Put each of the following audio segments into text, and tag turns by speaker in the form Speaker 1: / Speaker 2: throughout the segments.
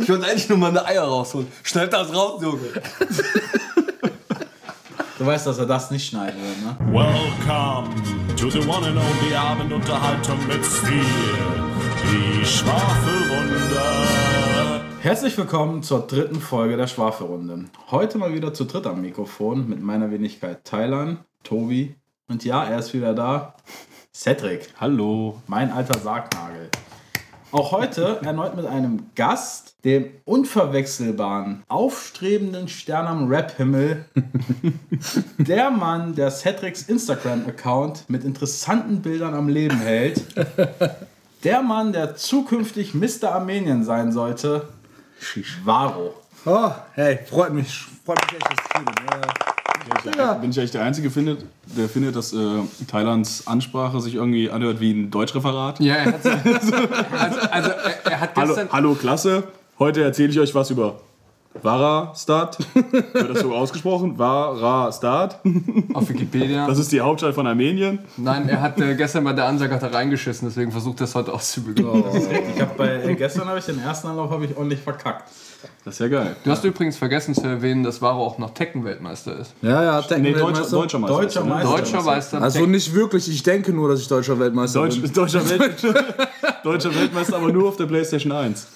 Speaker 1: Ich wollte eigentlich nur meine Eier rausholen. Schneid das raus, Junge.
Speaker 2: Du weißt, dass er das nicht schneiden wird, ne?
Speaker 3: Welcome to the one and only Abendunterhaltung mit Stil. Die Schwafelrunde.
Speaker 2: Herzlich willkommen zur dritten Folge der Schwafelrunde. Heute mal wieder zu dritt am Mikrofon mit meiner Wenigkeit Thailand, Tobi und ja, er ist wieder da, Cedric,
Speaker 4: Hallo.
Speaker 2: mein alter Sargnagel. Auch heute erneut mit einem Gast, dem unverwechselbaren, aufstrebenden Stern am Rap-Himmel, der Mann, der Cedrics Instagram-Account mit interessanten Bildern am Leben hält, der Mann, der zukünftig Mr. Armenien sein sollte, Varo.
Speaker 5: Oh, hey, freut mich. Freut mich echt, dass du hier bist. Ja, ja.
Speaker 4: Bin ich eigentlich der Einzige, findet, der findet, dass äh, Thailands Ansprache sich irgendwie anhört wie ein Deutschreferat?
Speaker 6: Ja, er hat, also, also, er, er hat
Speaker 4: Hallo,
Speaker 6: gestern.
Speaker 4: hallo Klasse, heute erzähle ich euch was über Varastad. Wird das so ausgesprochen? Varastad.
Speaker 6: Auf Wikipedia.
Speaker 4: Das ist die Hauptstadt von Armenien.
Speaker 6: Nein, er hat äh, gestern bei der Ansage hat er reingeschissen, deswegen versucht er es heute auszubügeln.
Speaker 2: Ich hab bei äh, gestern habe ich den ersten Anlauf habe ich ordentlich verkackt.
Speaker 4: Das ist ja geil.
Speaker 6: Du hast übrigens vergessen zu erwähnen, dass Varo auch noch Tekken-Weltmeister ist.
Speaker 5: Ja, ja, Tekken
Speaker 4: Nee, Deutscher,
Speaker 5: Weltmeister.
Speaker 4: Deutscher Meister.
Speaker 2: Deutscher
Speaker 4: Ne?
Speaker 2: Meister.
Speaker 6: Deutscher Meister.
Speaker 5: Also nicht wirklich, ich denke nur, dass ich deutscher Weltmeister
Speaker 4: Deutsch,
Speaker 5: bin.
Speaker 4: Deutscher, Welt, Deutscher Weltmeister, aber nur auf der PlayStation 1.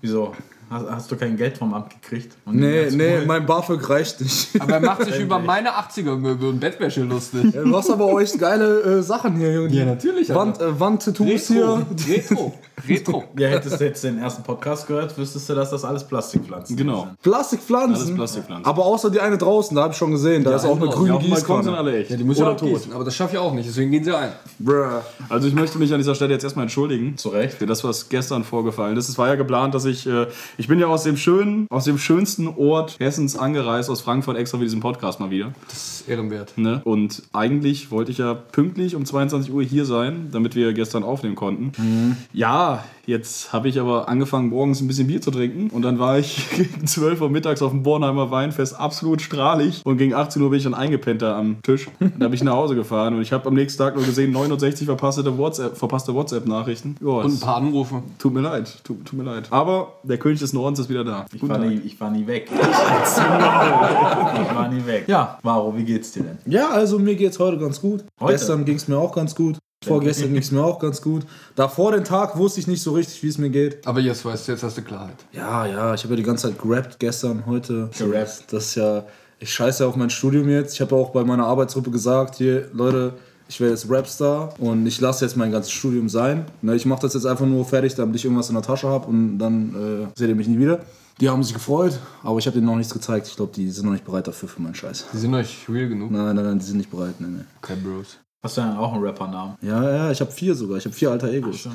Speaker 2: Wieso? Hast, hast du kein Geld vom Amt gekriegt? Und
Speaker 5: Nee,
Speaker 2: jetzt-
Speaker 5: nee, mein BAföG reicht nicht.
Speaker 6: Aber er macht sich über meine 80er-Möbel und Bettwäsche lustig.
Speaker 5: Du hast aber auch echt geile äh, Sachen hier. Und ja,
Speaker 6: natürlich, Alter.
Speaker 5: Wand, äh, Wandtattoos hier.
Speaker 6: Retro. Retro.
Speaker 2: Ja, hättest du jetzt den ersten Podcast gehört, wüsstest du, dass das alles Plastikpflanzen
Speaker 4: Genau. Alles
Speaker 5: Plastikpflanzen.
Speaker 4: Plastikpflanzen.
Speaker 5: Aber außer die eine draußen, da habe ich schon gesehen. Da ist auch eine
Speaker 6: genau.
Speaker 5: grüne
Speaker 4: Auf dem Balkon sind
Speaker 5: Gießkanne.
Speaker 4: alle echt.
Speaker 6: Die muss ja auch gießen, aber das schaffe ich auch nicht, deswegen gehen sie ein.
Speaker 5: Bruh.
Speaker 4: Also ich möchte mich an dieser Stelle jetzt erstmal entschuldigen.
Speaker 2: Zu Recht.
Speaker 4: Für das, was gestern vorgefallen ist. Es war ja geplant, dass ich, äh, ich bin ja aus dem schönen, aus dem schönsten Ort Hessens angereist, aus Frankfurt extra für diesen Podcast mal wieder.
Speaker 6: Das ist ehrenwert.
Speaker 4: Ne? Und eigentlich wollte ich ja pünktlich um 22 Uhr hier sein, damit wir gestern aufnehmen konnten. Ja, jetzt habe ich aber angefangen, morgens ein bisschen Bier zu trinken. Und dann war ich gegen 12 Uhr mittags auf dem Bornheimer Weinfest absolut strahlig. Und gegen 18 Uhr bin ich dann eingepennt da am Tisch. Dann bin ich nach Hause gefahren und ich habe am nächsten Tag nur gesehen, 69 verpasste WhatsApp, verpasste WhatsApp-Nachrichten. Ja,
Speaker 6: Und ein
Speaker 4: es
Speaker 6: paar Anrufe.
Speaker 4: tut mir leid, tut, tut mir leid. Aber der König des Nordens ist wieder da.
Speaker 2: Ich war, nie, ich war nie weg. ich war nie weg. Ja, Varo, wie geht's dir denn?
Speaker 5: Ja, also mir geht's heute ganz gut.
Speaker 2: Heute?
Speaker 5: Gestern ging's mir auch ganz gut. Vorgestern ging's mir auch ganz gut. Davor den Tag wusste ich nicht so richtig, wie es mir geht.
Speaker 6: Aber jetzt weißt du, jetzt hast du Klarheit.
Speaker 5: Ja, ja, ich habe ja die ganze Zeit gerappt gestern, heute. Also,
Speaker 2: Gerappt.
Speaker 5: Das ist ja, ich scheiße ja auf mein Studium jetzt. Ich habe ja auch bei meiner Arbeitsgruppe gesagt, hier, Leute, ich werde jetzt Rapstar und ich lasse jetzt mein ganzes Studium sein. Ne, ich mache das jetzt einfach nur fertig, damit ich irgendwas in der Tasche habe und dann äh, seht ihr mich nie wieder. Die haben sich gefreut, aber ich habe denen noch nichts gezeigt. Ich glaube, die sind noch nicht bereit dafür für meinen Scheiß.
Speaker 6: Die sind euch real genug.
Speaker 5: Nein, nein, nein, die sind nicht bereit, nee, nee.
Speaker 6: Okay, Bros.
Speaker 2: Hast du denn auch einen Rappernamen?
Speaker 5: Ja, ja, ich habe vier sogar. Ich habe vier alter Egos.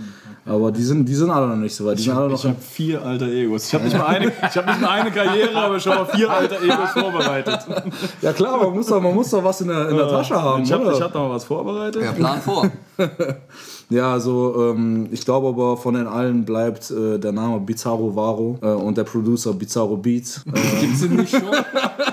Speaker 5: Aber die sind, die sind alle noch nicht so weit. Die sind alle noch
Speaker 4: Ich
Speaker 5: im
Speaker 4: habe vier alter Egos. Ich habe nicht, mal eine- ich hab nicht mal eine Karriere, aber schon mal vier alter Egos vorbereitet.
Speaker 5: Ja klar, man muss doch, man muss doch was in der, in der Tasche haben,
Speaker 4: Ich habe
Speaker 5: oder?
Speaker 4: hab da mal was vorbereitet.
Speaker 6: Ja, plan vor.
Speaker 5: Ja, also ähm, ich glaube aber von den allen bleibt äh, der Name Bizarro Varo äh, und der Producer Bizarro Beats. Äh,
Speaker 6: Gibt's denn nicht schon?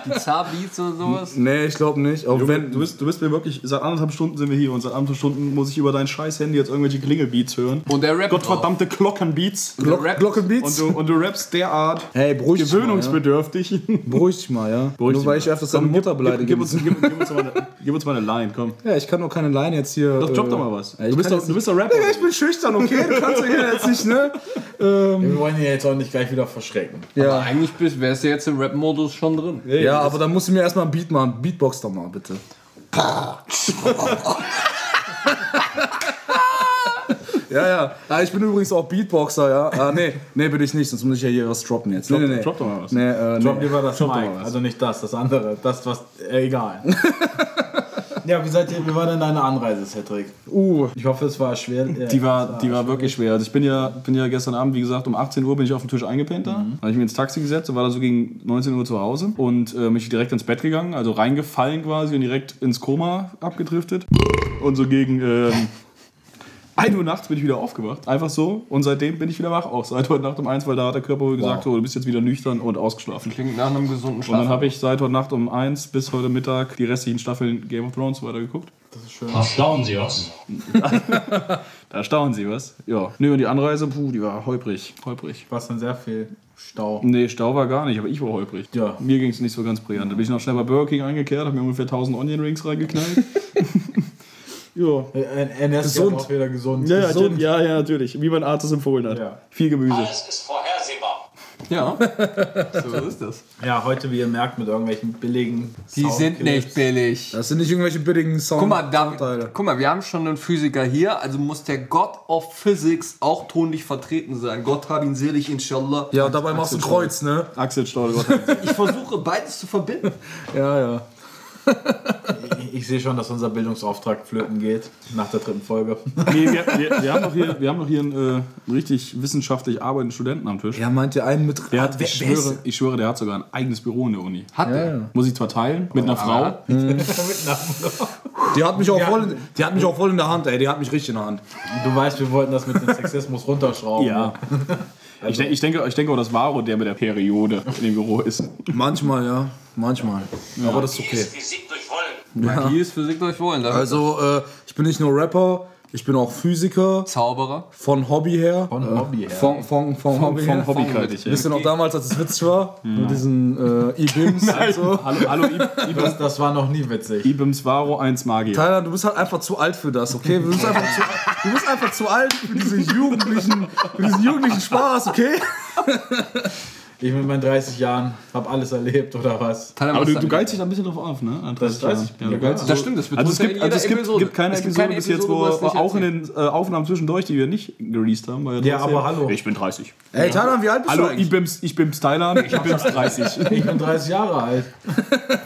Speaker 6: Bizarre Beats oder sowas?
Speaker 5: nee, ich glaube nicht. Auch
Speaker 4: Wenn,
Speaker 5: wenn,
Speaker 4: du, bist, du bist mir wirklich, seit anderthalb Stunden sind wir hier und seit anderthalb Stunden muss ich über dein scheiß Handy jetzt irgendwelche Klingelbeats hören.
Speaker 6: Und der Rap.
Speaker 5: genau.
Speaker 4: Gottverdammte Glockenbeats.
Speaker 6: Glock, Rap.
Speaker 4: Und
Speaker 5: Glockenbeats.
Speaker 4: du, und du rappst derart
Speaker 5: Hey, beruhig dich mal, ja.
Speaker 4: gewöhnungsbedürftig.
Speaker 5: Beruhig dich mal, ja.
Speaker 4: Beruhig dich
Speaker 5: Nur
Speaker 4: mal.
Speaker 5: weil ich öfters deine Mutter
Speaker 4: Gib,
Speaker 5: beleidige.
Speaker 4: gib, uns, gib, gib, uns mal eine, gib uns mal eine Line, komm.
Speaker 5: ja, ich kann doch keine Line jetzt hier.
Speaker 4: Doch, drop
Speaker 5: äh,
Speaker 4: doch mal was.
Speaker 5: ja, ich
Speaker 4: Du bist
Speaker 5: kann
Speaker 4: doch,
Speaker 5: jetzt
Speaker 4: du
Speaker 5: nicht-
Speaker 4: bist doch Rapper.
Speaker 5: Digga, ich bin schüchtern, okay? Du kannst doch hier jetzt nicht, ne? Ähm,
Speaker 2: Wir wollen hier jetzt auch nicht gleich wieder verschrecken.
Speaker 6: Aber
Speaker 5: ja.
Speaker 6: eigentlich bist- wärst du jetzt im Rap-Modus schon drin.
Speaker 5: ja, aber dann musst du mir erstmal ein Beat machen. Beatbox doch mal, bitte. Ja, ja. Ah, ich bin übrigens auch Beatboxer, ja. Ah, nee, nee, bin ich nicht, sonst muss ich ja hier was droppen jetzt. Nee, nee, nee.
Speaker 4: drop doch mal was.
Speaker 5: Nee, äh,
Speaker 2: Drop
Speaker 5: nee.
Speaker 2: lieber das Mic. Also nicht das, das andere. Das, was. Äh, egal. ja, wie seid ihr, wie war denn deine Anreise, Cedric?
Speaker 5: Uh,
Speaker 2: Ich hoffe, es war schwer. äh,
Speaker 4: Die war,
Speaker 2: es
Speaker 4: die war wirklich schwer. Also ich bin ja, bin ja gestern Abend, wie gesagt, um 18 Uhr bin ich auf dem Tisch eingepennt da. Habe ich mir ins Taxi gesetzt und war dann so gegen 19 Uhr zu Hause und äh, mich direkt ins Bett gegangen, also reingefallen quasi und direkt ins Koma abgedriftet. Und so gegen ähm, 1 Uhr nachts bin ich wieder aufgewacht. Einfach so. Und seitdem bin ich wieder wach. Auch seit heute Nacht um 1, weil da hat der Körper wohl gesagt, so, du bist jetzt wieder nüchtern und ausgeschlafen.
Speaker 6: Klingt nach einem gesunden Schlaf.
Speaker 4: Und dann habe ich seit heute Nacht um 1 bis heute Mittag die restlichen Staffeln Game of Thrones weitergeguckt.
Speaker 7: Erstaunen Sie uns.
Speaker 4: Da staunen sie was. Ja. Nö, und die Anreise, puh, die war holprig. Holprig.
Speaker 2: Du warst dann sehr viel Stau.
Speaker 4: Nee, Stau war gar nicht, aber ich war holprig.
Speaker 2: Ja.
Speaker 4: Mir ging es nicht so ganz brillant. Da bin ich noch schnell bei Burger King eingekehrt, habe mir ungefähr 1000 Onion Rings reingeknallt. ja.
Speaker 2: Äh, äh, Ernährst dich
Speaker 4: Gesund.
Speaker 2: auch wieder gesund.
Speaker 4: Ja, ja,
Speaker 2: gesund.
Speaker 4: ja, ja, natürlich. Wie mein Arzt es empfohlen hat.
Speaker 2: Ja.
Speaker 4: Viel Gemüse.
Speaker 7: Alles ist vorhersehbar.
Speaker 6: Ja, so ist das.
Speaker 2: ja, heute, wie ihr merkt, mit irgendwelchen billigen
Speaker 6: Die sind nicht billig.
Speaker 5: Das sind nicht irgendwelche billigen Sound.
Speaker 6: Guck mal, da,
Speaker 5: Vorteile.
Speaker 6: guck mal, wir haben schon einen Physiker hier, also muss der God of Physics auch tonlich vertreten sein. Gott hab ihn selig, inshallah.
Speaker 5: Ja, und dabei machst du ein Kreuz, ne?
Speaker 4: Axel Stahl, Gott.
Speaker 6: Ich versuche beides zu verbinden.
Speaker 5: Ja, ja.
Speaker 2: Ich, ich sehe schon, dass unser Bildungsauftrag flöten geht nach der dritten Folge.
Speaker 4: nee, wir, wir, wir haben noch hier, wir haben noch hier einen, äh, einen richtig wissenschaftlich arbeitenden Studenten am Tisch.
Speaker 5: Ja, meint ihr einen mit. Ah,
Speaker 4: Der hat, ich, schwöre, ich schwöre, der hat sogar ein eigenes Büro in der Uni.
Speaker 6: Hat er.
Speaker 4: Muss ich zwar teilen, mit einer Frau.
Speaker 5: Die hat mich auch voll in, die hat mich auch voll in der Hand, ey. Die hat mich richtig in der Hand.
Speaker 2: Du weißt, wir wollten das mit dem Sexismus runterschrauben.
Speaker 4: Ich, denk- ich, denke, ich denke auch, dass Varo der mit der Periode in dem Büro ist.
Speaker 5: Manchmal, ja. Manchmal. Aber das ist
Speaker 7: Hier
Speaker 5: okay.
Speaker 7: ist Physik durch Wollen.
Speaker 6: Magie ist Physik durch Wollen. Da
Speaker 5: Also, äh, ich bin nicht nur Rapper, ich bin auch Physiker.
Speaker 6: Zauberer.
Speaker 5: Von Hobby her.
Speaker 2: Von Hobby her.
Speaker 5: Von, von, von Hobby her.
Speaker 4: Vom Hobby kalt ich.
Speaker 5: Wisst ihr noch damals, als es witzig war? Mit diesen äh, E-Bims und so.
Speaker 4: Hallo, hallo I- Ibem-
Speaker 2: Das, das war noch nie witzig.
Speaker 4: Ibims Varo 1 Magier.
Speaker 5: Tyler, du bist halt einfach zu alt für das, okay? Du bist einfach zu, du bist einfach zu alt für, diese jugendlichen, für diesen jugendlichen Spaß, okay?
Speaker 2: Ich mit meinen 30 Jahren habe alles erlebt, oder was?
Speaker 6: Teil
Speaker 4: Aber
Speaker 6: was
Speaker 4: du,
Speaker 6: da-
Speaker 4: du geilst dich da ein bisschen drauf auf, ne? An 30
Speaker 2: Das weiß
Speaker 4: Jahren.
Speaker 2: ich.
Speaker 4: Ja, du
Speaker 2: Ja,
Speaker 4: geilst dich
Speaker 6: Das
Speaker 4: so-
Speaker 6: stimmt, das wird
Speaker 4: Also es
Speaker 6: uns ja
Speaker 4: gibt,
Speaker 6: in
Speaker 4: also es
Speaker 6: jeder
Speaker 4: gibt,
Speaker 6: Episode.
Speaker 4: gibt keine
Speaker 6: Es gibt
Speaker 4: Episode
Speaker 6: keine
Speaker 4: bis jetzt,
Speaker 6: Episode,
Speaker 4: wo
Speaker 6: wo wir es nicht
Speaker 4: auch in den äh, Aufnahmen zwischendurch, die wir nicht gereleased haben. Weil
Speaker 2: Ja,
Speaker 4: trotzdem-
Speaker 2: aber hallo.
Speaker 4: Ich bin 30.
Speaker 5: Ey, Tyler, wie alt bist
Speaker 4: Hallo,
Speaker 5: du eigentlich?
Speaker 4: Ibims, ich bin's Thailand, ich bin's 30.
Speaker 2: Ich bin 30 Jahre alt.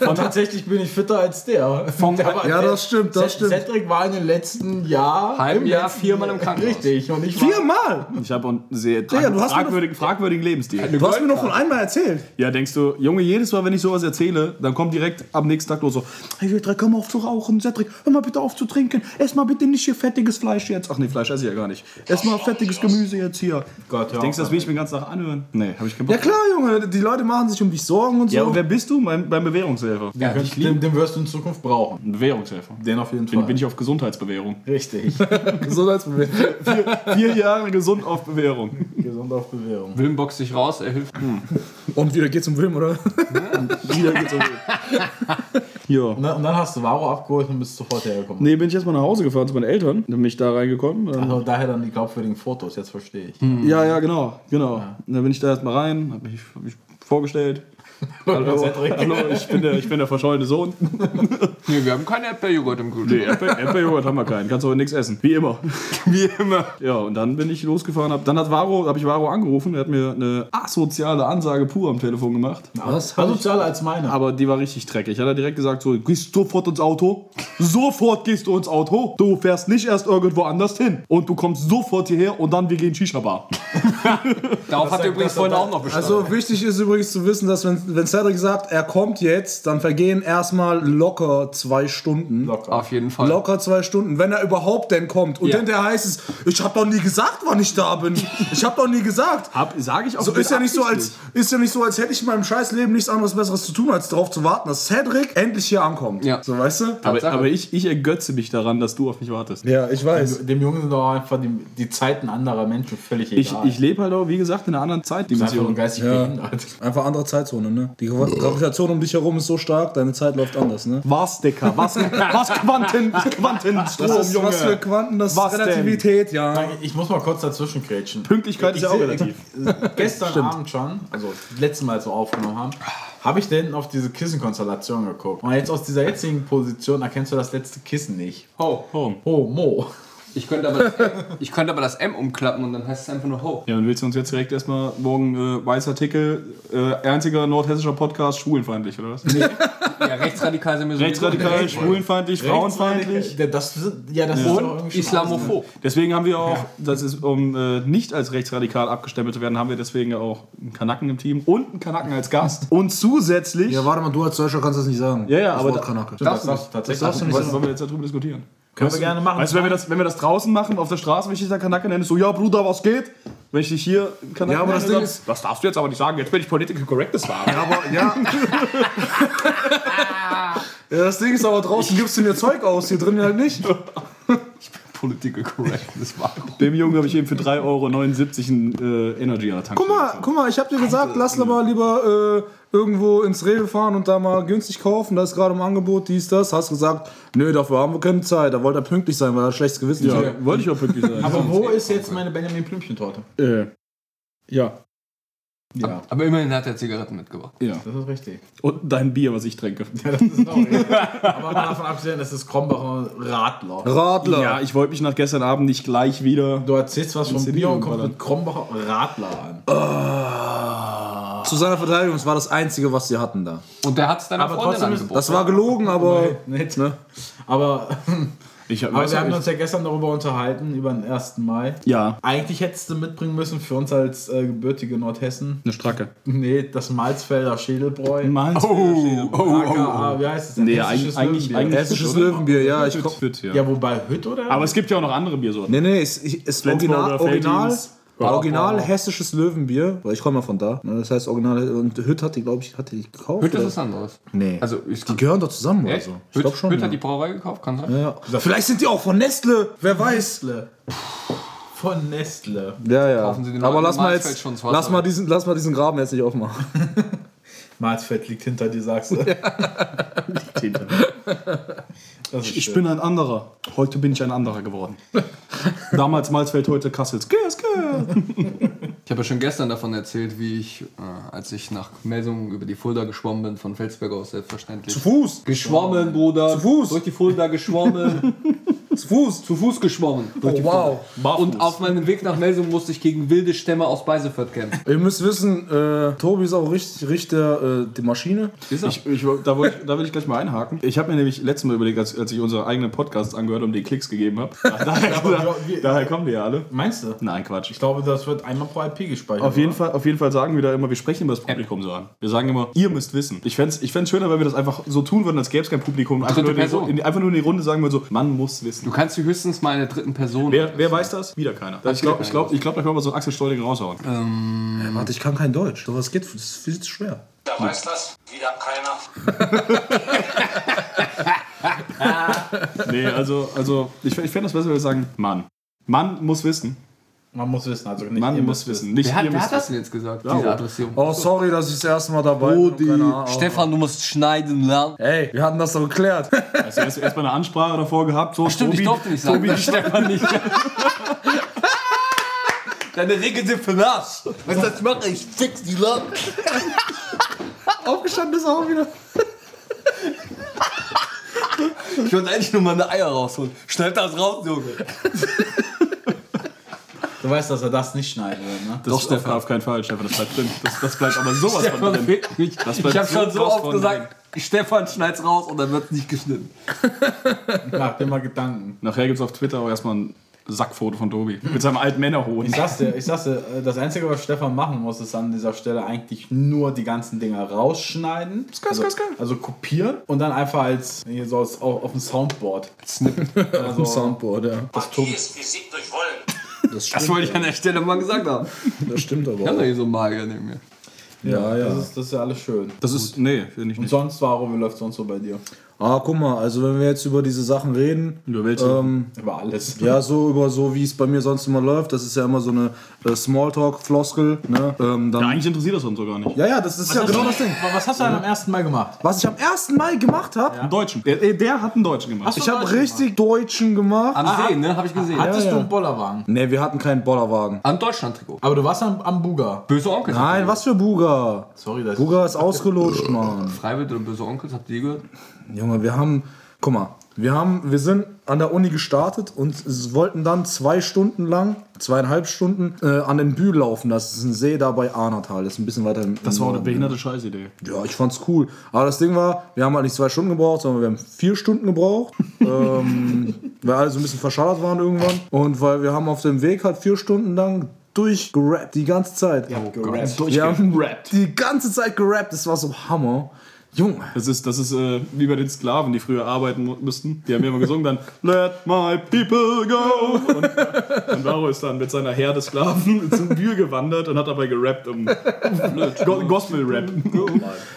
Speaker 2: Und tatsächlich bin ich fitter als der. der war,
Speaker 5: Ja, das stimmt, das
Speaker 2: Ced-
Speaker 5: stimmt.
Speaker 2: Cedric war in den letzten Jahr
Speaker 6: Halben
Speaker 2: im
Speaker 6: Jahr
Speaker 2: letzten-
Speaker 6: viermal im Krankenhaus.
Speaker 2: Richtig. Und ich war,
Speaker 5: Viermal!
Speaker 4: Ich habe einen sehr
Speaker 5: Digga, du hast mir doch-
Speaker 4: fragwürdigen, fragwürdigen Lebensstil.
Speaker 5: Du hast mir noch von einmal erzählt.
Speaker 4: Ja, denkst du, Junge, jedes Mal, wenn ich sowas erzähle, dann kommt direkt am nächsten Tag nur so, hey, Cedric, hör mal auf zu rauchen, Cedric, hör mal bitte auf zu trinken, ess mal bitte nicht hier fettiges Fleisch jetzt. Ach nee, Fleisch esse ich ja gar nicht. Ess mal fettiges Gemüse jetzt hier.
Speaker 2: Gott, hör
Speaker 4: Denkst du,
Speaker 2: auf
Speaker 4: das will ich mir den ganzen Tag anhören? Nee, habe ich keinen Bock.
Speaker 5: Ja klar, Junge, die Leute machen sich um dich Sorgen und so.
Speaker 4: Ja, und wer bist du? Mein, mein Bewährungshelfer.
Speaker 2: damit. den, den wirst du in Zukunft brauchen.
Speaker 4: Ein Bewährungshelfer.
Speaker 2: Den auf jeden Fall.
Speaker 4: Bin, bin ich auf Gesundheitsbewährung.
Speaker 2: Richtig.
Speaker 5: Gesundheitsproblem.
Speaker 4: Vier Jahre gesund auf Bewährung.
Speaker 2: Gesund auf Bewährung.
Speaker 6: Wilm boxt sich raus, er hilft.
Speaker 5: Und wieder geht's um Wilm, oder?
Speaker 4: Wieder geht's um. Ja.
Speaker 2: Und dann, und dann hast du Varo abgeholt und bist sofort hergekommen.
Speaker 4: Nee, bin ich erstmal nach Hause gefahren zu meinen Eltern. Dann bin ich da reingekommen. Dann
Speaker 2: Also daher dann die glaubwürdigen Fotos, jetzt verstehe ich.
Speaker 4: Ja, ja, genau, genau. Und Dann bin ich da erstmal rein, hab mich, hab mich vorgestellt. hallo,
Speaker 2: Cedric.
Speaker 4: hallo ich, bin der, ich bin der verschollene Sohn.
Speaker 6: Nee, wir haben keinen Erdbeerjoghurt im Kühlschrank.
Speaker 4: Nee, Erdbe- Erdbeerjoghurt haben wir keinen, kannst aber nichts essen. Wie immer. Wie immer. Ja, und dann bin ich losgefahren, hab, dann hat Varo, hab ich Varo angerufen, er hat mir eine asoziale Ansage pur am Telefon gemacht.
Speaker 5: Was?
Speaker 2: War sozialer Also als meine.
Speaker 4: Aber die war richtig dreckig. Hat er direkt gesagt, so, gehst sofort ins Auto. Sofort gehst du ins Auto. Du fährst nicht erst irgendwo anders hin. Und du kommst sofort hierher und dann wir gehen Shisha-Bar.
Speaker 6: Darauf hat er
Speaker 2: das-
Speaker 6: übrigens vorhin
Speaker 2: das-
Speaker 6: auch noch bestanden.
Speaker 5: Also wichtig ist übrigens zu wissen, dass wenn, wenn Cedric sagt, er kommt jetzt, dann vergehen erstmal locker zwei Stunden.
Speaker 6: Auf jeden Fall.
Speaker 5: Locker zwei Stunden, wenn er überhaupt denn kommt. Und hinterher heißt es, ich hab doch nie gesagt, wann ich da bin. Ich hab doch nie gesagt.
Speaker 4: Hab, sag ich auch
Speaker 5: So ist ja nicht so, als
Speaker 4: absichtlich.
Speaker 5: ist ja Also nicht so, als hätte ich in meinem scheiß Leben nichts anderes besseres zu tun, als darauf zu warten, dass Cedric endlich hier ankommt.
Speaker 6: Ja.
Speaker 5: So weißt du?
Speaker 4: Aber,
Speaker 6: Tatsache.
Speaker 4: aber ich, ich ergötze mich daran, dass du auf mich wartest.
Speaker 5: Ja, ich weiß.
Speaker 2: Dem Jungen sind auch einfach die, die Zeiten anderer Menschen völlig
Speaker 4: Ich,
Speaker 2: egal.
Speaker 4: ich lebe halt auch, wie gesagt, in einer anderen
Speaker 2: bin einfach nur
Speaker 4: Zeitdimension.
Speaker 2: geistig
Speaker 5: Ja.
Speaker 2: behindert.
Speaker 5: Einfach andere Zeitzone, ne? Die Gravitation um dich herum ist so stark, deine Zeit läuft anders, ne?
Speaker 4: Was, Dicker? Was, was Quanten, Quantenstrom,
Speaker 5: Das ist,
Speaker 4: Junge?
Speaker 5: was für Quanten, das
Speaker 4: Was
Speaker 5: ist
Speaker 4: denn?
Speaker 5: Relativität, ja.
Speaker 2: Ich muss mal kurz dazwischen grätschen.
Speaker 4: Pünktlichkeit ist ja auch
Speaker 2: seh-
Speaker 4: relativ.
Speaker 2: Gestern Abend schon, also das letzte Mal, als wir aufgenommen haben, habe ich da hinten auf diese Kissenkonstellation geguckt. Und jetzt aus dieser jetzigen Position erkennst du das letzte Kissen nicht.
Speaker 6: Ho.
Speaker 2: Oh, Mo.
Speaker 6: Ich könnte, aber das M, ich könnte aber das M umklappen und dann heißt es einfach nur Ho.
Speaker 4: Ja, dann willst du uns jetzt direkt erstmal morgen äh, weißer Tickel, äh, einziger nordhessischer Podcast, schwulenfeindlich, oder was?
Speaker 6: Ja, rechtsradikal sind wir so.
Speaker 4: Rechtsradikal, schwulenfeindlich, frauenfeindlich.
Speaker 2: Das, sind- ja, das ist doch
Speaker 6: Und
Speaker 2: irgendwie schon ne?
Speaker 6: Islamophob.
Speaker 4: Deswegen haben wir auch, das ist, um äh, nicht als rechtsradikal abgestempelt zu werden, haben wir deswegen ja auch einen Kanaken im Team und einen Kanaken als Gast. Und zusätzlich.
Speaker 5: Ja, warte mal, du als Deutscher kannst das nicht sagen.
Speaker 4: Ja, ja, aber
Speaker 5: Wort
Speaker 4: da-
Speaker 5: Kanake.
Speaker 2: Das darfst du tatsächlich.
Speaker 4: Darfst du nicht sagen, wollen wir jetzt darüber diskutieren?
Speaker 2: Können wir gerne machen.
Speaker 4: Weißt du, wenn wir, das, wenn wir das draußen machen, auf der Straße, wenn ich dich da Kanake nenne, so, ja, Bruder, was geht? Wenn ich dich hier Kanake
Speaker 5: Ja, aber das Ding
Speaker 4: dann-
Speaker 5: ist-
Speaker 4: das darfst du jetzt aber nicht sagen, jetzt bin ich political correct, das war.
Speaker 5: Ja, aber ja. ja. Das Ding ist aber draußen gibst du mir Zeug aus, hier drin halt nicht.
Speaker 6: Political Correctness machen.
Speaker 4: Dem Jungen habe ich eben für 3,79 Euro einen äh, Energy an der
Speaker 5: Guck mal, guck mal, ich hab dir gesagt, lass doch mal lieber äh, irgendwo ins Rewe fahren und da mal günstig kaufen. Da ist gerade im Angebot dies, das. Hast gesagt, nö, dafür haben wir keine Zeit. Da wollte er pünktlich sein, weil er schlechtes Gewissen
Speaker 4: Ja,
Speaker 5: hat.
Speaker 4: wollte ich auch wirklich sagen.
Speaker 2: Aber wo ist jetzt meine Benjamin Blümchen-Torte?
Speaker 4: äh, ja,
Speaker 2: Ja,
Speaker 6: Aber immerhin hat er Zigaretten mitgebracht.
Speaker 4: ja.
Speaker 2: das ist richtig.
Speaker 4: Und dein Bier, was ich trinke.
Speaker 2: Das ist auch richtig. Aber mal davon abgesehen, das ist Krombacher Radler.
Speaker 5: Radler.
Speaker 4: Ja, ich wollte mich nach gestern Abend nicht gleich wieder.
Speaker 2: Du erzählst was vom
Speaker 4: Zinn-
Speaker 2: Bier und kommst mit Krombacher Radler an.
Speaker 4: Äh.
Speaker 5: Zu seiner Verteidigung, es war das Einzige, was sie hatten da.
Speaker 6: Und der hat es deiner
Speaker 2: Aber
Speaker 6: Freundin
Speaker 2: trotzdem ist-
Speaker 6: angeboten.
Speaker 5: Das war gelogen, aber.
Speaker 2: Nicht, ne? Aber,
Speaker 4: Ich hab-
Speaker 2: aber
Speaker 4: weißt
Speaker 2: wir
Speaker 4: du,
Speaker 2: haben
Speaker 4: ich-
Speaker 2: uns ja gestern darüber unterhalten, über den 1. Mai.
Speaker 4: ja,
Speaker 2: Eigentlich hättest du mitbringen müssen für uns als äh, gebürtige Nordhessen.
Speaker 4: eine Stracke.
Speaker 2: Nee, das Malzfelder Schädelbräu.
Speaker 4: Malz.
Speaker 6: Oh, oh,
Speaker 2: AKA, wie heißt es denn?
Speaker 4: Nee,
Speaker 2: Hessisches
Speaker 4: eigentlich, eigentlich,
Speaker 2: Löwenbier.
Speaker 4: eigentlich
Speaker 5: Hessisches Löwenbier, ja, ich komm.
Speaker 4: Fit, oh, ja.
Speaker 2: Ja, wobei Hütt oder?
Speaker 4: Aber es gibt ja auch noch andere Biersorten.
Speaker 5: Nee, nee, ist, ich- ist
Speaker 4: Flensburger,
Speaker 5: original, original,
Speaker 4: Feltins.
Speaker 5: original hessisches Löwenbier, weil ich komme mal von da. ne, Das heißt original und Hütt hat die, glaube ich, hat die gekauft.
Speaker 6: Hütte ist
Speaker 5: oder?
Speaker 6: was anderes.
Speaker 5: Nee.
Speaker 6: Also, ich
Speaker 5: die gehören doch zusammen oder so. Ich glaube Also, schon.
Speaker 6: Hütte
Speaker 5: Ja.
Speaker 6: hat die Brauerei gekauft, kann sein.
Speaker 5: Ja, ja. Vielleicht sind die auch von Nestle, wer weiß.
Speaker 2: Nestle. Von Nestle.
Speaker 5: Ja, ja.
Speaker 6: Kaufen Sie den
Speaker 5: Aber
Speaker 6: Leuten
Speaker 5: lass mal
Speaker 6: Malzfeld
Speaker 5: jetzt,
Speaker 6: schon ins Wasser.
Speaker 5: lass mal, diesen, lass mal diesen Graben jetzt nicht aufmachen.
Speaker 2: Malzfeld liegt hinter dir, sagst du. Das ist
Speaker 4: Ich
Speaker 2: schön.
Speaker 4: bin ein anderer. Heute bin ich ein anderer geworden. Damals Malzfeld, heute Kassels. Gers, gers.
Speaker 6: Ich habe ja schon gestern davon erzählt, wie ich, äh, als ich nach Melsungen über die Fulda geschwommen bin, von Felsberg aus selbstverständlich. Zu
Speaker 5: Fuß!
Speaker 6: Geschwommen, Bruder. Zu
Speaker 5: Fuß.
Speaker 6: Durch die Fulda geschwommen.
Speaker 5: Zu Fuß!
Speaker 6: Zu Fuß geschwommen. Durch die
Speaker 5: Oh, wow.
Speaker 6: Fulda. Und auf meinem Weg nach Melsungen musste ich gegen wilde Stämme aus Beisefeld kämpfen.
Speaker 5: Ihr müsst wissen, äh, Tobi ist auch richtig, Richter äh, die Maschine.
Speaker 4: Ich, ich, da, wollt, ich- da will ich gleich mal einhaken. Ich habe mir nämlich letztes Mal überlegt, als, als ich unsere eigenen Podcasts angehört und die Klicks gegeben habe. Daher, da,
Speaker 2: wir-
Speaker 4: daher kommen die ja alle.
Speaker 2: Meinst du?
Speaker 4: Nein, Quatsch.
Speaker 2: Ich glaube, das wird einmal pro IP gespeichert.
Speaker 4: Auf jeden, Fall, auf jeden Fall sagen wir da immer, wir sprechen immer das Publikum so an. Wir sagen immer, ihr müsst wissen. Ich fände es ich fänd's schöner, wenn wir das einfach so tun würden, als gäbe es kein Publikum. Einfach nur,
Speaker 6: Dritte
Speaker 4: in die, Ru-
Speaker 6: Person.
Speaker 4: in, die- einfach nur in die Runde sagen wir so, man muss wissen.
Speaker 6: Du kannst dich höchstens mal in der dritten Person.
Speaker 4: Wer, wer weiß das? Wieder keiner. Ich glaube, ich glaub, ich glaub, da können wir so einen Axel Stolling raushauen.
Speaker 5: Äh, warte, ich kann kein Deutsch. So was geht, das ist viel zu schwer.
Speaker 7: Da weiß das wieder keiner.
Speaker 4: Nee, also, also ich, fänd- ich fände das besser, wenn wir sagen, Mann. Mann muss wissen.
Speaker 2: Man muss wissen, also nicht
Speaker 4: Mann
Speaker 2: ihr
Speaker 4: muss
Speaker 2: müsst
Speaker 4: wissen. Nicht
Speaker 6: Wer hat,
Speaker 4: ihr
Speaker 6: wer
Speaker 4: müsst
Speaker 6: hat das denn jetzt gesagt, diese Adressierung?
Speaker 5: Oh, sorry, dass ich das erste Mal dabei bin. und keine Ahnung.
Speaker 6: Stefan, du musst schneiden lernen.
Speaker 5: Ey, wir hatten das doch geklärt.
Speaker 4: Also erst, erst mal eine Ansprache davor gehabt. So,
Speaker 6: Stimmt, ich durfte nicht sagen, dass Stefan nicht. Deine Regeln sind für Lars. Weißt du, was ich mache? Ich fix die Lars.
Speaker 5: Aufgestanden ist auch wieder.
Speaker 1: Ich wollte eigentlich nur meine Eier rausholen. Schneid das raus, Junge.
Speaker 2: wissen. Du weißt, dass er das nicht schneiden wird, ne?
Speaker 4: Das ist auf, auf keinen Fall, Stefan, das bleibt drin. Das, das bleibt aber sowas von
Speaker 6: Stefan
Speaker 4: drin.
Speaker 6: fickt mich.
Speaker 4: bleibt
Speaker 6: Ich habe
Speaker 4: so
Speaker 6: schon so
Speaker 4: krass
Speaker 6: oft
Speaker 4: von
Speaker 6: gesagt, Stefan schneid's raus und dann wird's nicht geschnitten.
Speaker 2: Mach dir mal Gedanken.
Speaker 4: Nachher gibt es auf Twitter auch erstmal ein Sackfoto von Tobi. Mit seinem alten Männerhoden.
Speaker 2: Ich sag's dir, ich sag's dir, äh, das Einzige, was Stefan machen muss, ist an dieser Stelle eigentlich nur die ganzen Dinger rausschneiden. Also, also kopieren und dann einfach als, hier so als auf, auf dem Soundboard.
Speaker 5: Auf dem Soundboard, ja.
Speaker 7: Magie ist Physik durch Wollen.
Speaker 5: Das stimmt,
Speaker 6: Das wollte ich an der Stelle mal gesagt haben.
Speaker 5: das stimmt aber
Speaker 6: Ich hab
Speaker 5: auch.
Speaker 6: doch hier so einen Magier neben mir.
Speaker 5: Ja, ja.
Speaker 2: Das ist, das ist ja alles schön.
Speaker 4: Das ist, nee, finde ich
Speaker 2: Und
Speaker 4: nicht.
Speaker 2: sonst, Varo, wie läuft sonst so bei dir?
Speaker 5: Ah, guck mal, also wenn wir jetzt über diese Sachen reden,
Speaker 4: Über welche?
Speaker 5: ähm,
Speaker 2: Über alles.
Speaker 5: ja, so über so, wie es bei mir sonst immer läuft, das ist ja immer so eine äh, Smalltalk-Floskel, ne? Ähm, dann,
Speaker 4: Eigentlich interessiert das uns so gar nicht.
Speaker 5: ja, ja, das ist ja genau das Ding.
Speaker 2: Was hast du denn am ersten Mal gemacht?
Speaker 5: Was ich am 1. Mai gemacht äh, habe,
Speaker 4: Einen Deutschen. Der, der- der hat einen Deutschen gemacht.
Speaker 5: ich habe richtig Deutschen gemacht.
Speaker 6: Am See, ne? Hab ich gesehen.
Speaker 2: Hattest
Speaker 5: ja.
Speaker 2: du einen Bollerwagen?
Speaker 5: Ne, wir hatten keinen Bollerwagen.
Speaker 6: Am Deutschland-Trikot.
Speaker 2: Aber du warst am, am Buga.
Speaker 6: Böse Onkels.
Speaker 5: Nein, was für Buga?
Speaker 2: Sorry, das
Speaker 5: Buga ist ausgelutscht, Mann.
Speaker 6: Freiwild und Böse Onkels, habt ihr die gehört?
Speaker 5: Junge, wir haben, guck mal, wir haben, wir sind an der Uni gestartet und s- wollten dann zwei Stunden lang, zweieinhalb Stunden äh, an den Bühl laufen. Das ist ein See da bei Arnatal. Das ist ein bisschen weiter. Im
Speaker 4: Das war auch Oh, eine
Speaker 5: Norden.
Speaker 4: behinderte Scheißidee.
Speaker 5: Ja, ich fand's cool. Aber das Ding war, wir haben halt nicht zwei Stunden gebraucht, sondern wir haben vier Stunden gebraucht. ähm, weil alle so ein bisschen verschallert waren irgendwann. Und weil wir haben auf dem Weg halt vier Stunden lang durchgerappt, die ganze Zeit. Ja,
Speaker 2: gerappt.
Speaker 5: wir haben die ganze Zeit gerappt, das war so Hammer. Junge.
Speaker 4: Das ist, das ist äh, wie bei den Sklaven, die früher arbeiten mu- mussten. Die haben ja immer gesungen dann Let my people go. Und Navarro ist dann mit seiner Herde Sklaven zum Bühl gewandert und hat dabei gerappt um Go Gospel-Rap.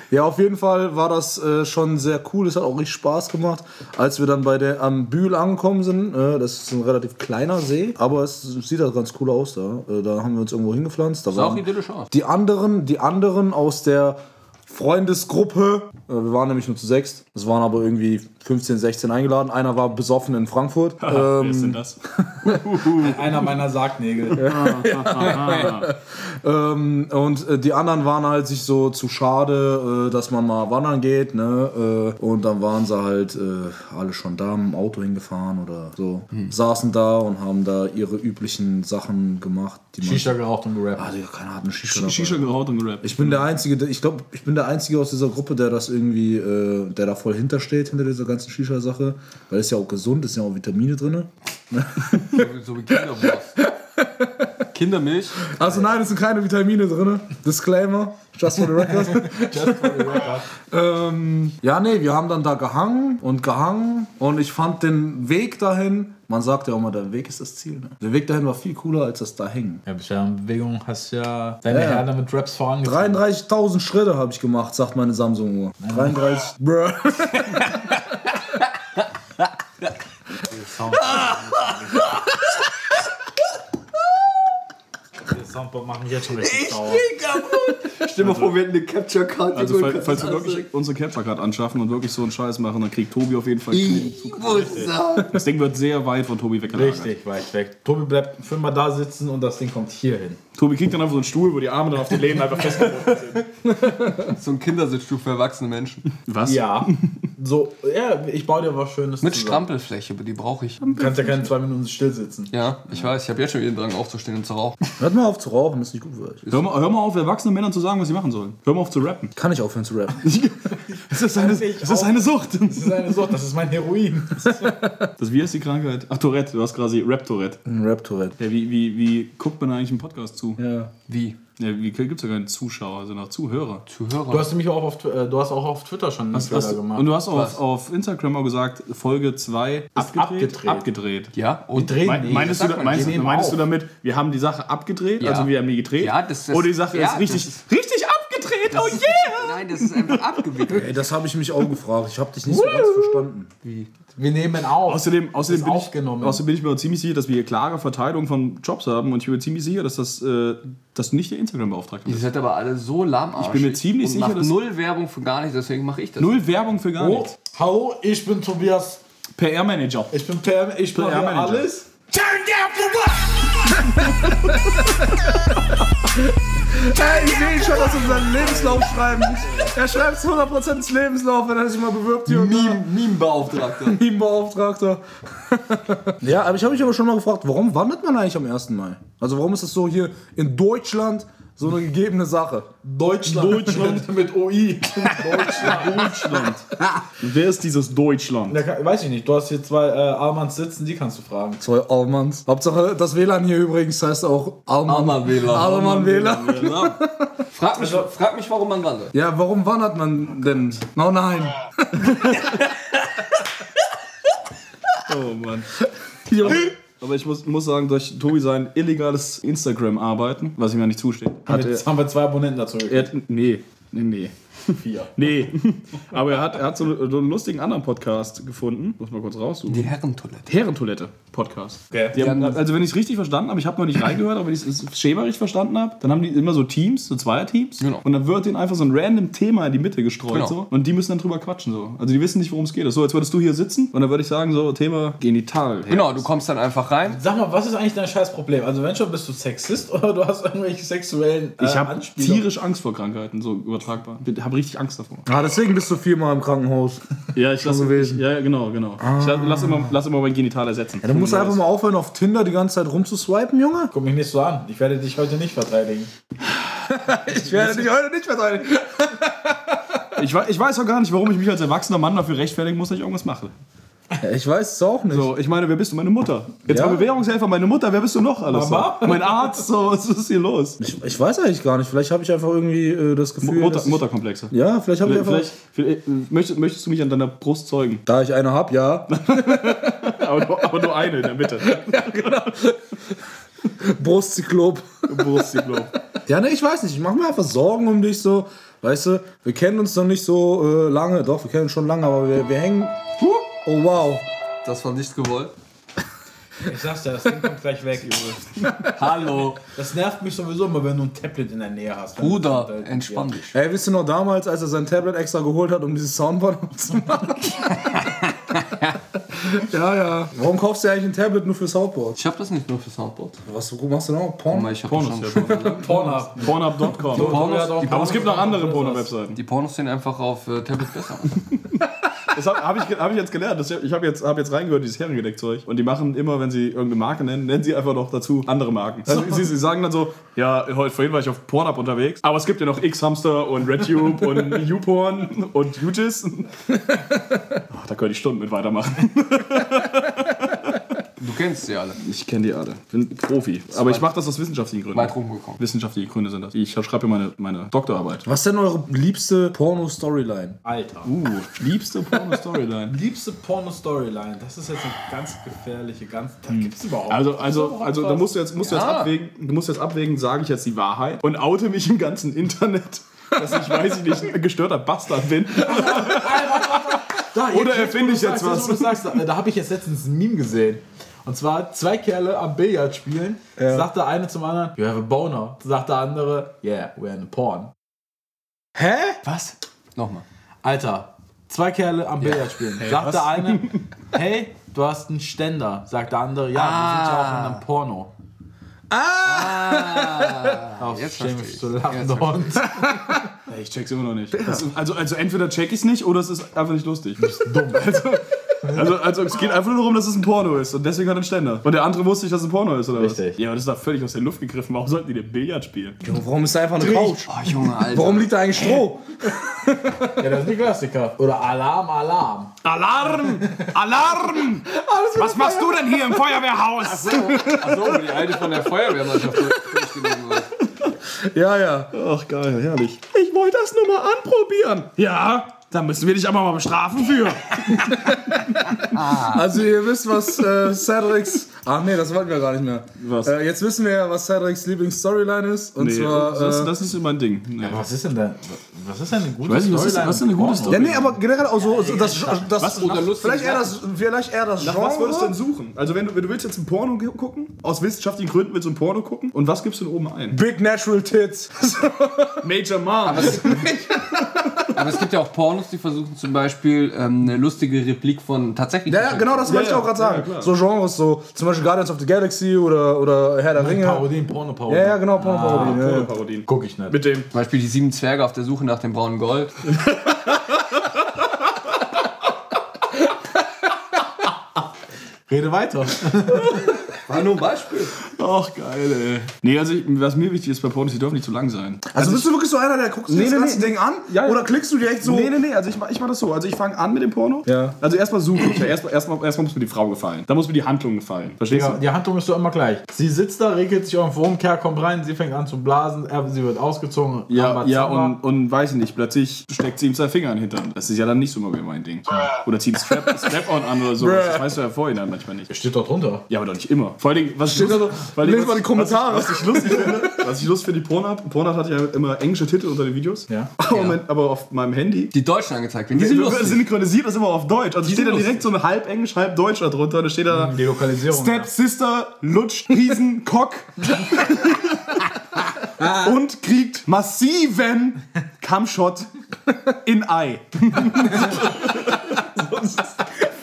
Speaker 5: Ja, auf jeden Fall war das äh, schon sehr cool. Es hat auch richtig Spaß gemacht. Als wir dann bei der am Bühl angekommen sind, äh, das ist ein relativ kleiner See, aber es sieht da ganz cool aus da. Äh, da haben wir uns irgendwo hingepflanzt. Da
Speaker 6: Sah auch
Speaker 5: waren-
Speaker 6: idyllisch aus.
Speaker 5: Die anderen, die anderen aus der Freundesgruppe, äh, wir waren nämlich nur zu sechs, es waren aber irgendwie 15, 16 eingeladen. Einer war besoffen in Frankfurt.
Speaker 4: Wer
Speaker 5: ähm,
Speaker 4: ist denn das?
Speaker 2: Einer meiner Sargnägel.
Speaker 5: ähm, und äh, die anderen waren halt sich so zu schade, äh, dass man mal wandern geht. Ne? Äh, und dann waren sie halt äh, alle schon da mit dem Auto hingefahren oder so. Saßen da und haben da ihre üblichen Sachen gemacht. Die man-
Speaker 2: Shisha geraucht und gerappt.
Speaker 5: Ah, Digga, keiner hat einen Shisha. dabei.
Speaker 4: Shisha geraucht und gerappt.
Speaker 5: Ich bin der Einzige, der- ich glaube, ich bin der Einzige aus dieser Gruppe, der das irgendwie, äh, der da voll hintersteht, hinter dieser ganzen Shisha-Sache. Weil es ja auch gesund ist, ja auch Vitamine drin.
Speaker 6: So wie Kinderwurst. Kindermilch.
Speaker 5: Also nein, es sind keine Vitamine drin. Disclaimer, just for the record. ähm, ja, nee, wir haben dann da gehangen und gehangen und ich fand den Weg dahin, man sagt ja auch immer, der Weg ist das Ziel. Ne? Der Weg dahin war viel cooler als das Dahin.
Speaker 2: Ja, bist ja in Bewegung, hast ja deine
Speaker 5: Ja, ja.
Speaker 2: Herde mit Raps vorangetrieben.
Speaker 5: 33.000 Schritte habe ich gemacht, sagt meine Samsung-Uhr. 33, bruh.
Speaker 2: Der Soundboard macht mich jetzt schon richtig sauer.
Speaker 6: Stell dir mal vor, wir hätten eine Capture-Card.
Speaker 4: Also, falls, falls wir wirklich unsere Capture Card anschaffen und wirklich so einen Scheiß machen, dann kriegt Tobi auf jeden Fall. Das Ding wird sehr weit von Tobi weggelagert.
Speaker 2: Richtig weit weg. Tobi bleibt fünfmal da sitzen und das Ding kommt hier hin.
Speaker 4: Tobi kriegt dann einfach so einen Stuhl, wo die Arme dann auf den Lehnen einfach festgebunden sind.
Speaker 6: So ein Kindersitzstuhl für erwachsene Menschen.
Speaker 4: Was?
Speaker 2: Ja. So, ja, ich baue dir was Schönes
Speaker 6: Mit
Speaker 2: zusammen.
Speaker 6: Strampelfläche, aber die brauche ich.
Speaker 2: Du kannst ja keine zwei Minuten still sitzen.
Speaker 6: Ja, ich weiß, ich habe jetzt schon jeden Drang aufzustehen und zu rauchen.
Speaker 5: Hört mal auf zu rauchen, das ist nicht gut für euch.
Speaker 4: Hör mal, hör mal auf, erwachsenen Männern zu sagen, was sie machen sollen. Hör mal auf zu rappen.
Speaker 5: Kann ich aufhören zu rappen.
Speaker 4: Es ist eine,
Speaker 2: ich
Speaker 4: es ist eine Sucht.
Speaker 2: Das ist eine Sucht, das ist mein Heroin.
Speaker 4: Das wie heißt die Krankheit? Ach, Tourette. Du hast quasi Rap-Tourette.
Speaker 5: Ein Rap-Tourette.
Speaker 4: Ja, wie, wie, wie guckt man eigentlich einen Podcast zu? Ja,
Speaker 6: Wie?
Speaker 4: wie gibt's ja keinen Zuschauer, sondern auch Zuhörer.
Speaker 2: Du
Speaker 6: Zuhörer.
Speaker 2: hast nämlich auch auf, Tw- äh, du hast auch auf Twitter schon einen
Speaker 4: Hast-
Speaker 2: Trailer gemacht.
Speaker 4: und du hast auch auf, auf Instagram auch gesagt, Folge 2
Speaker 2: abgedreht.
Speaker 4: Abgedreht.
Speaker 6: Ja, und
Speaker 2: drehen
Speaker 4: Me-
Speaker 2: die.
Speaker 4: Meinst, du,
Speaker 2: Das
Speaker 4: da-
Speaker 2: sagt man,
Speaker 4: meinst,
Speaker 2: die
Speaker 4: du-
Speaker 2: nehmen
Speaker 4: meinst du
Speaker 2: auf.
Speaker 4: damit, wir haben die Sache abgedreht,
Speaker 6: Ja.
Speaker 4: also wir haben die gedreht?
Speaker 6: Ja, das- das-
Speaker 4: Oder die Sache
Speaker 6: ja,
Speaker 4: ist richtig,
Speaker 6: das ist-
Speaker 4: richtig abgedreht, oh
Speaker 6: ist-
Speaker 4: yeah!
Speaker 6: Nein, das ist einfach abgewickelt.
Speaker 5: Ey, das habe ich mich auch gefragt. Ich habe dich nicht so ganz verstanden.
Speaker 2: Wir nehmen auf.
Speaker 4: Außerdem, außerdem,
Speaker 2: Ist
Speaker 4: bin
Speaker 2: aufgenommen.
Speaker 4: ich, außerdem bin ich mir auch ziemlich sicher, dass wir hier klare Verteilung von Jobs haben und ich bin mir ziemlich sicher, dass das äh, dass nicht der Instagram-Beauftragte
Speaker 6: Ihr
Speaker 4: ist.
Speaker 6: seid aber alle so lahmarschig.
Speaker 4: Ich bin mir ziemlich
Speaker 6: und
Speaker 4: sicher,
Speaker 6: macht
Speaker 4: dass-
Speaker 6: null Werbung für gar nichts, deswegen mache ich das.
Speaker 4: Null Werbung für gar
Speaker 2: Oh,
Speaker 4: nichts.
Speaker 2: hallo, ich bin Tobias.
Speaker 4: PR-Manager.
Speaker 2: Ich bin PM, ich mache hier
Speaker 4: PR-Manager.
Speaker 2: alles.
Speaker 5: Ey, ich sehe schon, dass er seinen Lebenslauf schreiben muss. Er schreibt 100% ins Lebenslauf, wenn er sich mal bewirbt hier.
Speaker 6: Meme- Meme-Beauftragter.
Speaker 5: Meme-Beauftragter. ja, aber ich habe mich aber schon mal gefragt, warum wandert man eigentlich am 1. Mai? Also warum ist das so hier in Deutschland so eine gegebene Sache?
Speaker 2: Deutschland. Deutschland mit OI.
Speaker 4: Deutschland. Wer ist dieses Deutschland?
Speaker 2: Da kann, weiß ich nicht, du hast hier zwei äh, Almans sitzen, die kannst du fragen.
Speaker 5: Zwei Almans. Hauptsache, das WLAN hier übrigens heißt auch Alman.
Speaker 6: Alman WLAN.
Speaker 5: Alman WLAN.
Speaker 6: Frag mich, frag mich, warum man wandert.
Speaker 5: Ja, warum wandert man denn? Oh nein.
Speaker 4: Oh Mann. Aber, aber ich muss, muss sagen, durch Tobi sein illegales Instagram-Arbeiten, was ihm ja nicht zusteht, hat er,
Speaker 2: Jetzt haben wir zwei Abonnenten dazu gekriegt.
Speaker 4: er hat, nee, nee, nee.
Speaker 2: Vier.
Speaker 4: Nee, aber er hat, er hat so, einen- so einen lustigen anderen Podcast gefunden. Muss mal kurz raussuchen.
Speaker 6: Die Herrentoilette.
Speaker 4: Herrentoilette Podcast. Die haben, also wenn ich es richtig verstanden habe, ich habe noch nicht reingehört, aber wenn ich das Schema richtig verstanden habe, dann haben die immer so Teams, so Zweierteams.
Speaker 6: Genau.
Speaker 4: Und dann wird denen einfach so ein random Thema in die Mitte gestreut
Speaker 6: Genau.
Speaker 4: so, und die müssen dann drüber quatschen so. Also die wissen nicht, worum es geht. Das ist so, als würdest du hier sitzen und dann würde ich sagen so Thema Genital.
Speaker 6: Genau, du kommst dann einfach rein.
Speaker 2: Sag mal, was ist eigentlich dein scheiß Problem? Also wenn schon, bist du Sexist oder du hast irgendwelche sexuellen äh,
Speaker 4: Ich habe
Speaker 2: Anspielungen?
Speaker 4: tierisch Angst vor Krankheiten, so übertragbar. Ich habe richtig Angst davor.
Speaker 5: Ah, deswegen bist du viermal im Krankenhaus.
Speaker 4: Ja, ich lasse
Speaker 5: gewesen.
Speaker 4: Ja, ja, genau, genau. Ich lass, lass, immer, lass immer mein Genital ersetzen.
Speaker 5: Du musst einfach mal aufhören, auf Tinder die ganze Zeit rumzuswipen, Junge.
Speaker 2: Guck mich nicht so an. Ich werde dich heute nicht verteidigen.
Speaker 5: Ich werde dich heute nicht verteidigen.
Speaker 4: Ich, wei- ich weiß auch gar nicht, warum ich mich als erwachsener Mann dafür rechtfertigen muss, dass ich irgendwas mache.
Speaker 5: Ja, ich weiß es auch nicht.
Speaker 4: So, ich meine, wer bist du? Meine Mutter. Jetzt
Speaker 5: Ja.
Speaker 4: war Bewährungshelfer, meine Mutter, wer bist du noch alles?
Speaker 2: Mama?
Speaker 4: So? Mein Arzt, so, was ist hier los?
Speaker 5: Ich, ich weiß eigentlich gar nicht. Vielleicht habe ich einfach irgendwie äh, das Gefühl. dass
Speaker 4: Mutter,
Speaker 5: ich,
Speaker 4: Mutterkomplexe.
Speaker 5: Ja, vielleicht habe ich
Speaker 4: Vielleicht,
Speaker 5: einfach.
Speaker 4: vielleicht, vielleicht, äh, möchtest, möchtest du mich an deiner Brust zeugen?
Speaker 5: Da ich eine habe, ja.
Speaker 4: Aber nur, aber nur eine in der Mitte.
Speaker 5: Brustzyklop.
Speaker 4: Brustzyklop.
Speaker 5: Ja, ne, ich weiß nicht. Ich mache mir einfach Sorgen um dich so. Weißt du, wir kennen uns noch nicht so äh, lange. Doch, wir kennen uns schon lange, aber wir, wir hängen. Oh wow.
Speaker 6: Das war nicht gewollt.
Speaker 2: Ich sag's dir, das Ding kommt gleich weg, Junge.
Speaker 6: Hallo,
Speaker 2: Das nervt mich sowieso immer, wenn du ein Tablet in der Nähe hast.
Speaker 6: Bruder, entspann dich.
Speaker 5: Ey, wisst ihr noch damals, als er sein Tablet extra geholt hat, um dieses Soundboard zu machen? ja, ja. Warum kaufst du eigentlich ein Tablet nur für Soundboard?
Speaker 6: Ich hab das nicht nur für Soundboard.
Speaker 5: Was machst du noch? Porn?
Speaker 6: Ich hab Pornos schon schon-
Speaker 2: Pornhub.
Speaker 4: Pornhub.com.
Speaker 6: Pornos, die,
Speaker 4: Aber es
Speaker 6: Pornos,
Speaker 4: gibt noch andere Porno-Webseiten.
Speaker 6: die Pornos sehen einfach auf äh, Tablet besser.
Speaker 4: Das habe hab ich, ge- hab ich jetzt gelernt. Das, ich habe jetzt, hab jetzt reingehört, dieses Herrengedeck-Zeug. Und die machen immer, wenn sie irgendeine Marke nennen, nennen sie einfach noch dazu andere Marken. Also, sie, sie sagen dann so, ja, heute vorhin war ich auf Pornhub unterwegs, aber es gibt ja noch X-Hamster und RedTube und YouPorn und UGIS. Ach, da könnte ich Stunden mit weitermachen.
Speaker 6: Du kennst sie alle.
Speaker 4: Ich kenne die alle. Bin Profi. Aber ich mache das aus wissenschaftlichen Gründen.
Speaker 6: Weit rumgekommen.
Speaker 4: Wissenschaftliche Gründe sind das. Ich schreibe hier meine, meine Doktorarbeit.
Speaker 5: Was ist denn eure liebste Porno-Storyline?
Speaker 2: Alter.
Speaker 4: Uh, liebste Porno-Storyline.
Speaker 2: Liebste Porno-Storyline, das ist jetzt eine ganz gefährliche, ganz. Da gibt's überhaupt
Speaker 4: Also, also, also da musst du jetzt, musst du jetzt abwägen, du musst jetzt abwägen, sage ich jetzt die Wahrheit und oute mich im ganzen Internet, dass ich, weiß ich nicht, ein gestörter Bastard bin.
Speaker 2: Da, Ah, jetzt,
Speaker 4: Oder erfinde
Speaker 2: wo
Speaker 4: ich
Speaker 2: du
Speaker 4: jetzt
Speaker 2: sagst,
Speaker 4: was?
Speaker 2: wo du sagst, äh, da da habe ich jetzt letztens ein Meme gesehen. Und zwar zwei Kerle am Billard spielen. Sagt der eine zum anderen, you have a boner. Sagt der andere, yeah, we're in a porn.
Speaker 5: Hä?
Speaker 2: Was?
Speaker 6: Nochmal.
Speaker 2: Alter, zwei Kerle am Billard spielen. sagt der eine, hey, du hast einen Ständer. Sagt der andere, ja, wir sind ja auch in einem Porno. Ah! Aus
Speaker 6: jetzt
Speaker 2: James
Speaker 6: verstehe ich.
Speaker 2: zu lachender Hund.
Speaker 4: Ich check's immer noch nicht. Das ist, also, also entweder check ich's nicht oder es ist einfach nicht lustig. Also, also, also es geht einfach nur darum, dass es ein Porno ist und deswegen hat er einen Ständer. Und der andere wusste nicht, dass es ein Porno ist, oder was?
Speaker 2: Richtig.
Speaker 4: Ja, aber das ist doch völlig aus der Luft gegriffen. Warum sollten die denn Billard spielen?
Speaker 5: Warum ist da einfach eine Couch?
Speaker 6: Oh, Junge, Alter.
Speaker 5: Warum liegt da eigentlich Stroh?
Speaker 2: Ja, das sind die Klassiker. Oder Alarm, Alarm.
Speaker 4: Alarm! Alarm! Was machst du denn hier im Feuerwehrhaus?
Speaker 6: Achso, die eine von der Feuerwehrmannschaft durchgenommen wird.
Speaker 5: Ja, ja.
Speaker 4: Ach geil, herrlich. Ich wollte das nur mal anprobieren. Ja, da müssen wir dich aber mal bestrafen für.
Speaker 5: Also ihr wisst, was äh, Cedrics... Ach nee, das wollten wir gar nicht mehr.
Speaker 4: Was?
Speaker 5: Äh, jetzt wissen wir ja, was Cedrics Lieblingsstoryline ist. Und
Speaker 4: Nee,
Speaker 5: zwar... Äh,
Speaker 4: das, das ist mein Ding. Nee.
Speaker 2: Was ist denn da? Was ist denn eine gute
Speaker 4: weiß nicht, was ist-
Speaker 2: Storyline
Speaker 4: was ist denn
Speaker 2: im
Speaker 4: eine gute
Speaker 2: Porno?
Speaker 4: Story?
Speaker 5: ja, nee, aber generell auch so, so das, das,
Speaker 4: nach-
Speaker 5: vielleicht, eher das, vielleicht eher das
Speaker 4: Nach
Speaker 5: Genre.
Speaker 4: was würdest du denn suchen? Also wenn du, wenn du willst jetzt ein Porno ge- gucken, aus wissenschaftlichen Gründen willst du ein Porno gucken und was gibst du denn oben ein? Also
Speaker 5: Big Natural Tits.
Speaker 4: Major Mom.
Speaker 6: Aber es gibt ja auch Pornos, die versuchen zum Beispiel ähm, eine lustige Replik von tatsächlich.
Speaker 5: Ja, ja, genau das wollte ich
Speaker 4: ja,
Speaker 5: auch gerade
Speaker 4: ja,
Speaker 5: sagen.
Speaker 4: klar.
Speaker 5: so Genres, so zum Beispiel Guardians of the Galaxy oder, oder Herr der Ringe.
Speaker 2: Parodien, Porno-Parodien.
Speaker 5: Ja, ja,
Speaker 4: Ah,
Speaker 5: genau, Porno-Parodien. ja, ja.
Speaker 4: Parodien.
Speaker 2: Guck ich nicht.
Speaker 4: Mit dem.
Speaker 6: Zum Beispiel die sieben Zwerge auf der Suche nach dem braunen Gold.
Speaker 2: Rede weiter.
Speaker 6: War nur ein Beispiel.
Speaker 4: Ach geil, ey. Nee, also ich, was mir wichtig ist bei Pornos, die dürfen nicht zu lang sein.
Speaker 5: Also bist du wirklich so einer, der guckt sich
Speaker 4: Nee,
Speaker 5: das
Speaker 4: nee,
Speaker 5: ganze
Speaker 4: nee.
Speaker 5: Ding an?
Speaker 4: Ja, ja.
Speaker 5: Oder klickst du direkt so?
Speaker 4: Nee, nee, nee, also ich, mach- ich mache das so. Also ich fange an mit dem Porno.
Speaker 5: Ja.
Speaker 4: Also erstmal suche ich. ja. Erstmal erstmal, erstmal muss mir die Frau gefallen. Dann muss mir die Handlung gefallen. Verstehst
Speaker 2: Ja,
Speaker 4: du?
Speaker 2: die Handlung ist doch immer gleich. Sie sitzt da, regelt sich irgendwo um, Kerl kommt rein, sie fängt an zu blasen, er, sie wird ausgezogen.
Speaker 4: Ja,
Speaker 2: Rambazamba.
Speaker 4: ja und, und weiß ich nicht, plötzlich steckt sie ihm zwei Finger in den Hintern. Das ist ja dann nicht so mal mein Ding. Oder zieht Strap, Strap-on an oder so. Das weißt du ja vorhin dann manchmal nicht.
Speaker 2: Steht dort runter.
Speaker 4: Ja, aber doch nicht immer. Vor allen Dingen, was ich lust- vor allen Dingen,
Speaker 5: Lest mal die Kommentare.
Speaker 4: Was, was ich lustig finde, was ich lustig finde, die Pornhub. Pornhub hat ja immer englische Titel unter den Videos.
Speaker 2: Ja.
Speaker 4: Aber, mein, aber auf meinem Handy.
Speaker 6: Die Deutschen angezeigt werden. Die sind lustig.
Speaker 4: synchronisiert das immer auf Deutsch. Also steht
Speaker 6: sind
Speaker 4: da direkt so ein halb Englisch, halb Deutsch da drunter. Da steht da
Speaker 2: Die Lokalisierung.
Speaker 4: Step Sister lutscht riesen Cock und kriegt massiven Kammshot in Ei. Das ist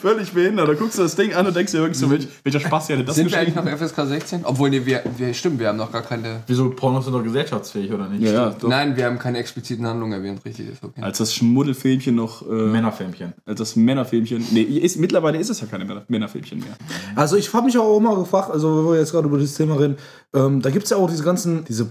Speaker 4: Völlig behindert. Da guckst du das Ding an und denkst dir wirklich so, welch- welcher Spaß hier hätte das
Speaker 6: Sind wir eigentlich
Speaker 4: geschrieben?
Speaker 6: noch FSK 16? Obwohl, nee, wir, wir, stimmt, wir haben noch gar keine.
Speaker 2: Wieso Pornos sind doch gesellschaftsfähig, oder nicht?
Speaker 4: Ja, doch.
Speaker 6: Nein, wir haben keine expliziten Handlungen erwähnt, richtig ist okay.
Speaker 4: Als das Schmuddelfilmchen noch, äh,
Speaker 2: Männerfilmchen.
Speaker 4: als das Männerfilmchen, nee, ist, mittlerweile ist es ja keine Männer- Männerfilmchen mehr.
Speaker 5: Also ich habe mich auch immer gefragt, also wo wir jetzt gerade über dieses Thema reden, ähm, da gibt es ja auch diese ganzen, diese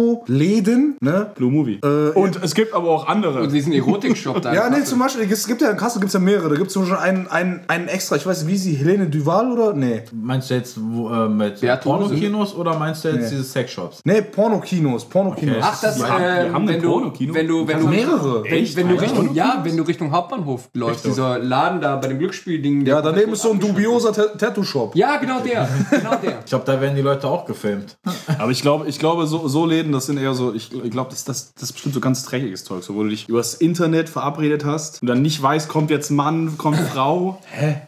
Speaker 5: Porno-Läden, ne?
Speaker 4: Blue Movie. und es gibt aber auch andere.
Speaker 6: Diesen Erotik-Shop da. in
Speaker 5: Ja, nee,
Speaker 6: Kassel.
Speaker 5: zum Beispiel, es gibt ja in Kassel gibt's ja mehrere. Da gibt es zum Beispiel einen, einen einen, einen extra, ich weiß nicht, wie sie, Helene Duval oder? Nee.
Speaker 2: Meinst du jetzt wo, äh, mit
Speaker 6: Beate Hose?
Speaker 2: Pornokinos oder meinst du jetzt diese Sexshops?
Speaker 5: Nee, Pornokinos, Pornokinos.
Speaker 6: Ach, das,
Speaker 4: haben- wir
Speaker 6: ähm,
Speaker 4: haben ein
Speaker 6: wenn, du,
Speaker 4: Pornokino.
Speaker 6: wenn du, wenn du,
Speaker 5: mehrere.
Speaker 6: wenn, wenn du Richtung, ja, wenn du Richtung Hauptbahnhof läufst, dieser Laden da bei dem Glücksspielding.
Speaker 5: Ja, daneben ist so ein dubioser Ta- Tattoo-Shop.
Speaker 6: Ja, genau der, genau der.
Speaker 2: Ich glaube, da werden die Leute auch gefilmt.
Speaker 4: Aber ich glaube, ich glaube so, so Läden, das sind eher so, ich, ich glaube, das, das, das ist bestimmt so ganz dreckiges Zeug, so, wo du dich übers Internet verabredet hast und dann nicht weißt, kommt jetzt Mann, kommt Frau,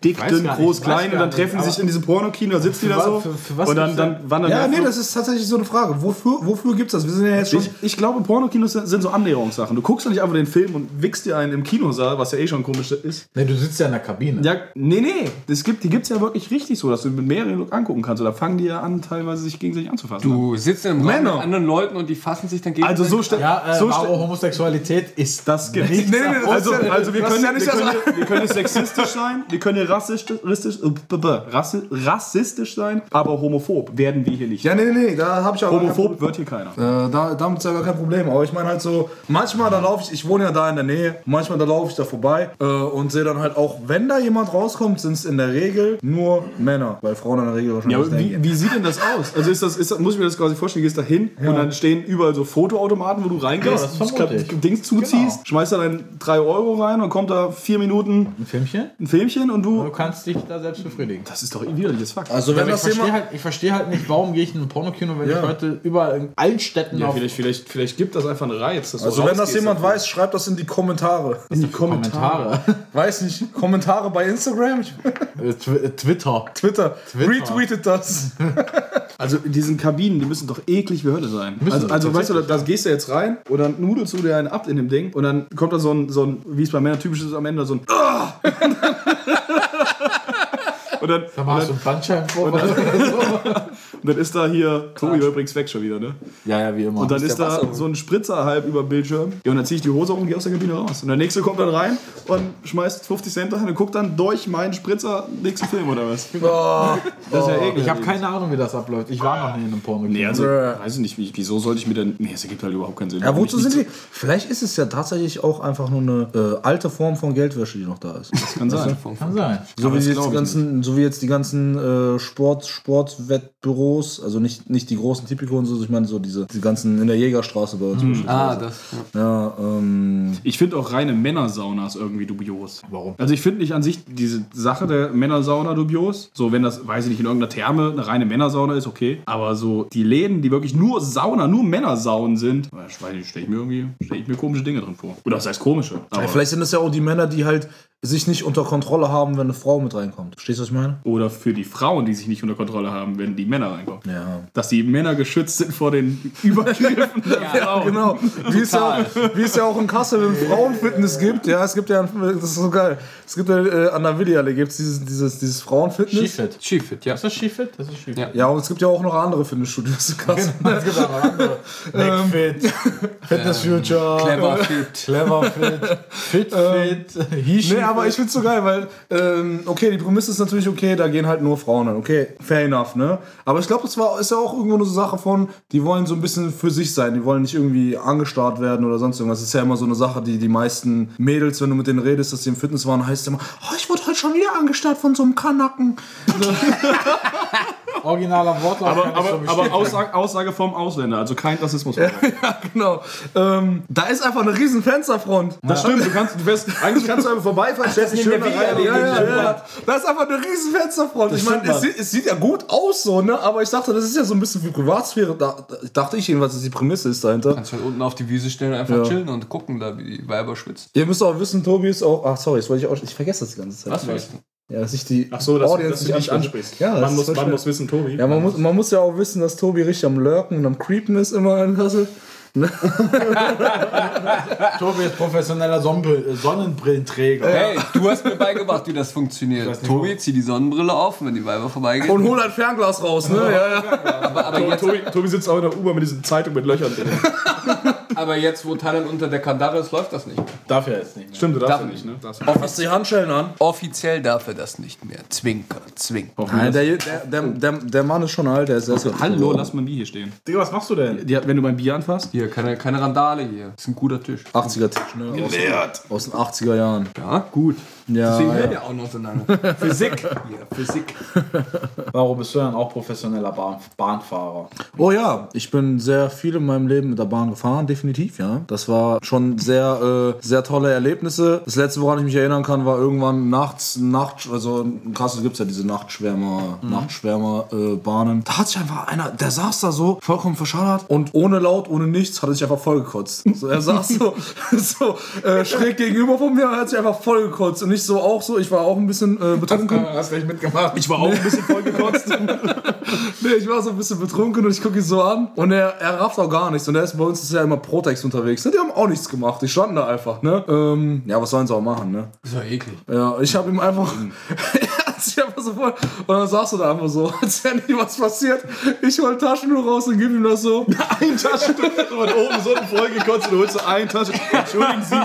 Speaker 4: dick, dünn,
Speaker 2: gar
Speaker 4: groß,
Speaker 2: nicht, weiß
Speaker 4: klein und
Speaker 2: gar
Speaker 4: dann
Speaker 2: nicht,
Speaker 4: treffen die sich in diesem Pornokino, da sitzen die da
Speaker 2: wa-
Speaker 4: so
Speaker 2: für- für was
Speaker 4: und dann,
Speaker 2: gibt's da-
Speaker 4: dann wandern
Speaker 5: Ja,
Speaker 4: die
Speaker 5: nee,
Speaker 4: einfach-
Speaker 5: das ist tatsächlich so eine Frage. Wofür, wofür gibt's das? Wir sind ja jetzt schon.
Speaker 4: ich, ich glaube, Pornokinos sind so Annäherungssachen. Du guckst doch nicht einfach den Film und wickst dir einen im Kinosaal, was ja eh schon komisch ist.
Speaker 2: Ne, du sitzt ja in der Kabine.
Speaker 4: Ja, nee, nee. Das gibt, die gibt es ja wirklich richtig so, dass du mit mehreren Leuten angucken kannst. Oder fangen die ja an, teilweise sich gegenseitig anzufassen.
Speaker 6: Du sitzt im Raum mit
Speaker 5: Männer.
Speaker 6: anderen Leuten und die fassen sich dann gegenseitig.
Speaker 4: Also so, ste
Speaker 2: Ja, äh,
Speaker 4: so
Speaker 2: wahre
Speaker 4: ste-
Speaker 2: Homosexualität ist
Speaker 4: Das gibt's.
Speaker 2: Nichts
Speaker 4: Nee, nee, nee, das
Speaker 5: davon.
Speaker 4: also, also wir
Speaker 5: Das
Speaker 4: können,
Speaker 5: ist ja nicht
Speaker 4: wir,
Speaker 5: das-
Speaker 4: können, wir können sexistisch sein, wir können rassistisch, rassistisch, äh, b- b- rassi- rassistisch sein, aber homophob werden wir hier nicht.
Speaker 5: Ja, nee, nee, nee, da habe ich auch.
Speaker 4: homophob wird hier keiner.
Speaker 5: Äh, da, damit ist ja gar kein Problem. Aber ich meine halt so, manchmal da laufe ich, ich wohne ja da in der Nähe, manchmal da laufe ich da vorbei äh, und sehe dann halt auch, wenn da jemand rauskommt, sind es in der Regel nur Männer, weil Frauen in der Regel
Speaker 4: Ja,
Speaker 5: wahrscheinlich
Speaker 4: aber
Speaker 5: nicht
Speaker 4: wie,
Speaker 5: reingehen.
Speaker 4: wie sieht denn das aus? Also ist das, ist das, muss ich mir das quasi vorstellen, gehst da hin und dann stehen überall so Fotoautomaten, wo du
Speaker 2: Ja, das
Speaker 4: reingehst, das
Speaker 2: vermute ich.
Speaker 4: Dings zuziehst,
Speaker 5: Genau.
Speaker 4: schmeißt da dein 3 Euro rein und kommt da vier Minuten
Speaker 2: ein Filmchen.
Speaker 4: ein Filmchen und du.
Speaker 2: Du kannst dich da selbst befriedigen.
Speaker 4: Das ist doch widerliches Fakt.
Speaker 5: Also
Speaker 2: Ja,
Speaker 5: wenn
Speaker 2: aber ich
Speaker 5: das
Speaker 2: verstehe
Speaker 5: jemand...
Speaker 2: halt, ich verstehe halt nicht, warum gehe ich in ein Pornokino, wenn ich heute überall in allen Städten auf
Speaker 4: vielleicht, vielleicht gibt das einfach einen Reiz.
Speaker 5: Also wenn das jemand weiß, schreibt das in die Kommentare.
Speaker 4: in die Kommentare.
Speaker 2: Kommentare,
Speaker 5: Weiß nicht, Kommentare bei Instagram, Ich-
Speaker 2: Äh, Tw- äh, Twitter.
Speaker 5: Twitter, retweetet das.
Speaker 4: Also in diesen Kabinen, die müssen doch eklig wie Hölle sein. also
Speaker 2: die,
Speaker 4: also weißt du, da, da gehst du jetzt rein und dann nudelst du dir einen ab in dem Ding und dann kommt da so ein, so ein wie es bei Männern typisch ist am Ende, so ein "Ah!" Und dann,
Speaker 2: Da machst du einen Bandscheibenvorfall oder so.
Speaker 4: und dann ist da hier, Tobi war übrigens weg schon wieder, ne?
Speaker 2: Ja, ja, wie immer.
Speaker 4: Und dann ist da so ein Spritzer halb über dem Bildschirm. Ja, und dann ziehe ich die Hose hoch und gehe aus der Kabine raus. Und der Nächste kommt dann rein und schmeißt 50 Cent rein und guckt dann durch meinen Spritzer nächsten Film oder was. Das ist ja eklig.
Speaker 2: ich habe keine Ahnung, wie das abläuft. Ich war noch nie in einem Pornokino.
Speaker 4: Nee, also, weiß ich nicht, wie- wieso sollte ich mir denn. Nee, es ergibt halt überhaupt keinen Sinn.
Speaker 5: Ja, wozu
Speaker 4: Mich
Speaker 5: sind die? Vielleicht ist es ja tatsächlich auch einfach nur eine äh, alte Form von Geldwäsche, die noch da ist.
Speaker 4: nicht- Kann sein.
Speaker 2: Kann sein.
Speaker 5: So wie,
Speaker 4: das
Speaker 5: jetzt
Speaker 4: glaub
Speaker 5: die
Speaker 4: ich
Speaker 5: ganzen, so wie jetzt die ganzen äh, Sport, Sportwettbüros, also nicht, nicht die großen Typico und so, ich meine so diese die ganzen in der Jägerstraße bei uns.
Speaker 4: Mhm.
Speaker 6: ah, das. Ja.
Speaker 5: Ja, ähm,
Speaker 4: Ich finde auch reine Männersaunas irgendwie dubios.
Speaker 2: Warum?
Speaker 4: Also ich finde nicht an sich diese Sache der Männersauna dubios. So, wenn das, weiß ich nicht, in irgendeiner Therme eine reine Männersauna ist, okay. Aber so die Läden, die wirklich nur Sauna, nur Männersaunen sind, äh, ich weiß nicht, stelle ich mir irgendwie, stelle ich mir komische Dinge drin vor. Oder das heißt komische. Aber,
Speaker 5: ja, vielleicht sind das ja auch die Männer, die halt sich nicht unter Kontrolle haben, wenn eine Frau mit reinkommt. Verstehst du, was ich meine?
Speaker 4: oder für die Frauen, die sich nicht unter Kontrolle haben, wenn die Männer reinkommen.
Speaker 5: Ja.
Speaker 4: Dass die Männer geschützt sind vor den Übergriffen der Frauen.
Speaker 5: Genau, wie es, ja auch, wie es ja auch in Kassel im Frauenfitness gibt. Ja, es gibt ja, das ist so geil. Es gibt ja äh, an der Willi-Allee gibt es dieses, dieses, dieses Frauenfitness.
Speaker 2: Skifit. Ist
Speaker 6: Skifit, ja.
Speaker 2: das Skifit? Das ist Skifit.
Speaker 6: Ja.
Speaker 5: Ja, und es gibt ja auch noch andere Fitnessstudios in
Speaker 4: Genau.
Speaker 5: Kassel.
Speaker 2: Es gibt aber andere.
Speaker 4: Ähm,
Speaker 2: Neckfit, Fitness Future,
Speaker 6: Clever Fit.
Speaker 2: Cleverfit,
Speaker 4: Ähm,
Speaker 2: Fitfit, Hishi.
Speaker 5: Nee, aber ich find's so geil, weil, ähm, okay, die Prämisse ist natürlich okay, da gehen halt nur Frauen an. Okay, fair enough, ne? Aber ich glaube, das war, ist ja auch irgendwo eine Sache von, die wollen so ein bisschen für sich sein, die wollen nicht irgendwie angestarrt werden oder sonst irgendwas. Das ist ja immer so eine Sache, die die meisten Mädels, wenn du mit denen redest, dass sie im Fitness waren, heißt immer, oh, ich wurde heute schon wieder angestarrt von so einem Kanacken.
Speaker 2: originaler Wortlaut.
Speaker 4: Aber,
Speaker 2: kann ich so
Speaker 4: aber, aber
Speaker 2: bestätigen.
Speaker 4: Aussage, Aussage vom Ausländer, also kein Rassismus.
Speaker 5: Genau. Ähm, da ist einfach eine riesen Fensterfront.
Speaker 4: Das stimmt, du kannst, du wärst,
Speaker 5: Eigentlich kannst du einfach vorbeifahren, stellst dich schön da rein. Ja, ja, ja. Das ist einfach eine riesen Fensterfront. Ich meine, es, sieht- es sieht ja gut aus so, ne? Aber ich dachte, das ist ja so ein bisschen für Privatsphäre. Da, da- dachte ich jedenfalls, dass die Prämisse ist dahinter.
Speaker 6: Kannst halt unten auf die Wiese stellen und einfach chillen und gucken, da wie die Weiber schwitzen.
Speaker 5: Ihr müsst auch wissen, Tobi ist auch. Ach, sorry, das wollte ich auch. Ich vergesse das die ganze Zeit.
Speaker 6: Was willst du?
Speaker 5: Ja, dass ich die
Speaker 4: Ach so, dass,
Speaker 5: Audience
Speaker 4: dass du dich nicht ansprichst.
Speaker 5: Ja, das
Speaker 4: man,
Speaker 5: ist
Speaker 4: muss,
Speaker 5: voll
Speaker 4: man
Speaker 5: schön.
Speaker 4: muss wissen, Tobi.
Speaker 5: Ja, man muss, man muss ja auch wissen, dass Tobi richtig am Lurken und am Creepen ist immer in Kassel.
Speaker 2: Tobi ist professioneller Sonnenbrill- äh, Sonnenbrillenträger.
Speaker 4: Äh,
Speaker 6: Hey, du hast mir beigebracht, wie das funktioniert. Tobi, zieh die Sonnenbrille auf und wenn die Weiber vorbeigehen.
Speaker 5: Und hol ein Fernglas raus, ne? Ja, ja.
Speaker 6: aber, aber, jetzt,
Speaker 4: Tobi, Tobi sitzt auch in der U-Bahn mit diesen Zeitungen mit Löchern drin.
Speaker 6: aber jetzt, wo Thailand unter der Kandare ist, läuft das nicht.
Speaker 2: Darf ja jetzt nicht mehr.
Speaker 4: Stimmt, du darfst
Speaker 6: Darf-
Speaker 4: ja nicht, ne? Darfst ja
Speaker 6: Offiz
Speaker 5: Hast du die Handschellen an?
Speaker 6: offiziell darf er das nicht mehr. Zwinker, zwinker.
Speaker 5: Nein, der, der, der, der, der Mann ist schon alt, der ist
Speaker 4: nicht.
Speaker 5: sesshaft.
Speaker 4: Hallo, lass mein Bier hier stehen.
Speaker 2: Digga, was machst du denn?
Speaker 4: Die hat, wenn du mein Bier anfasst,
Speaker 6: Hier, keine, keine Randale hier. Ist ein guter Tisch.
Speaker 5: 80er Tisch, ne? Aus, aus den 80er Jahren.
Speaker 6: Ja, gut.
Speaker 5: Ja,
Speaker 6: Deswegen
Speaker 5: ja.
Speaker 6: hören wir auch noch so lange. Physik. Ja, Physik.
Speaker 2: Warum bist du dann auch professioneller Bahn Bahnfahrer?
Speaker 5: Oh ja, ich bin sehr viel in meinem Leben mit der Bahn gefahren, definitiv, ja. Das war schon sehr, äh, sehr tolle Erlebnisse. Das letzte, woran ich mich erinnern kann, war irgendwann nachts, Nacht, also in Kassel gibt es ja diese Nachtschwärmer, Nachtschwärmer-Bahnen. Äh, Bahnen. da hat sich einfach einer, der saß da so, vollkommen verschallert und ohne Laut, ohne nichts, hat er sich einfach vollgekotzt. So, er saß so, so äh, schräg gegenüber von mir und hat sich einfach vollgekotzt. Und nicht so auch so, ich war auch ein bisschen äh, betrunken.
Speaker 4: hast du nicht mitgemacht. Ich war auch ein bisschen vollgekotzt.
Speaker 5: Nee, ich war so ein bisschen betrunken und ich gucke ihn so an. Und er, er rafft auch gar nichts. Und er ist bei uns ist ja immer Protex unterwegs. Ne? Die haben auch nichts gemacht. Die standen da einfach, ne? Ähm, ja, was sollen sie auch machen, ne? Mhm.
Speaker 6: Ist doch eklig.
Speaker 5: Ja, ich habe ihm einfach. er hat sich einfach so voll. Und dann saß er da einfach so, als wäre nie was passiert. Ich hol Taschentuch raus und gib ihm das so.
Speaker 4: ein Taschentuch. Und oben so ein vollgekotzt und holst du ein Taschentuch. Entschuldigen Sie,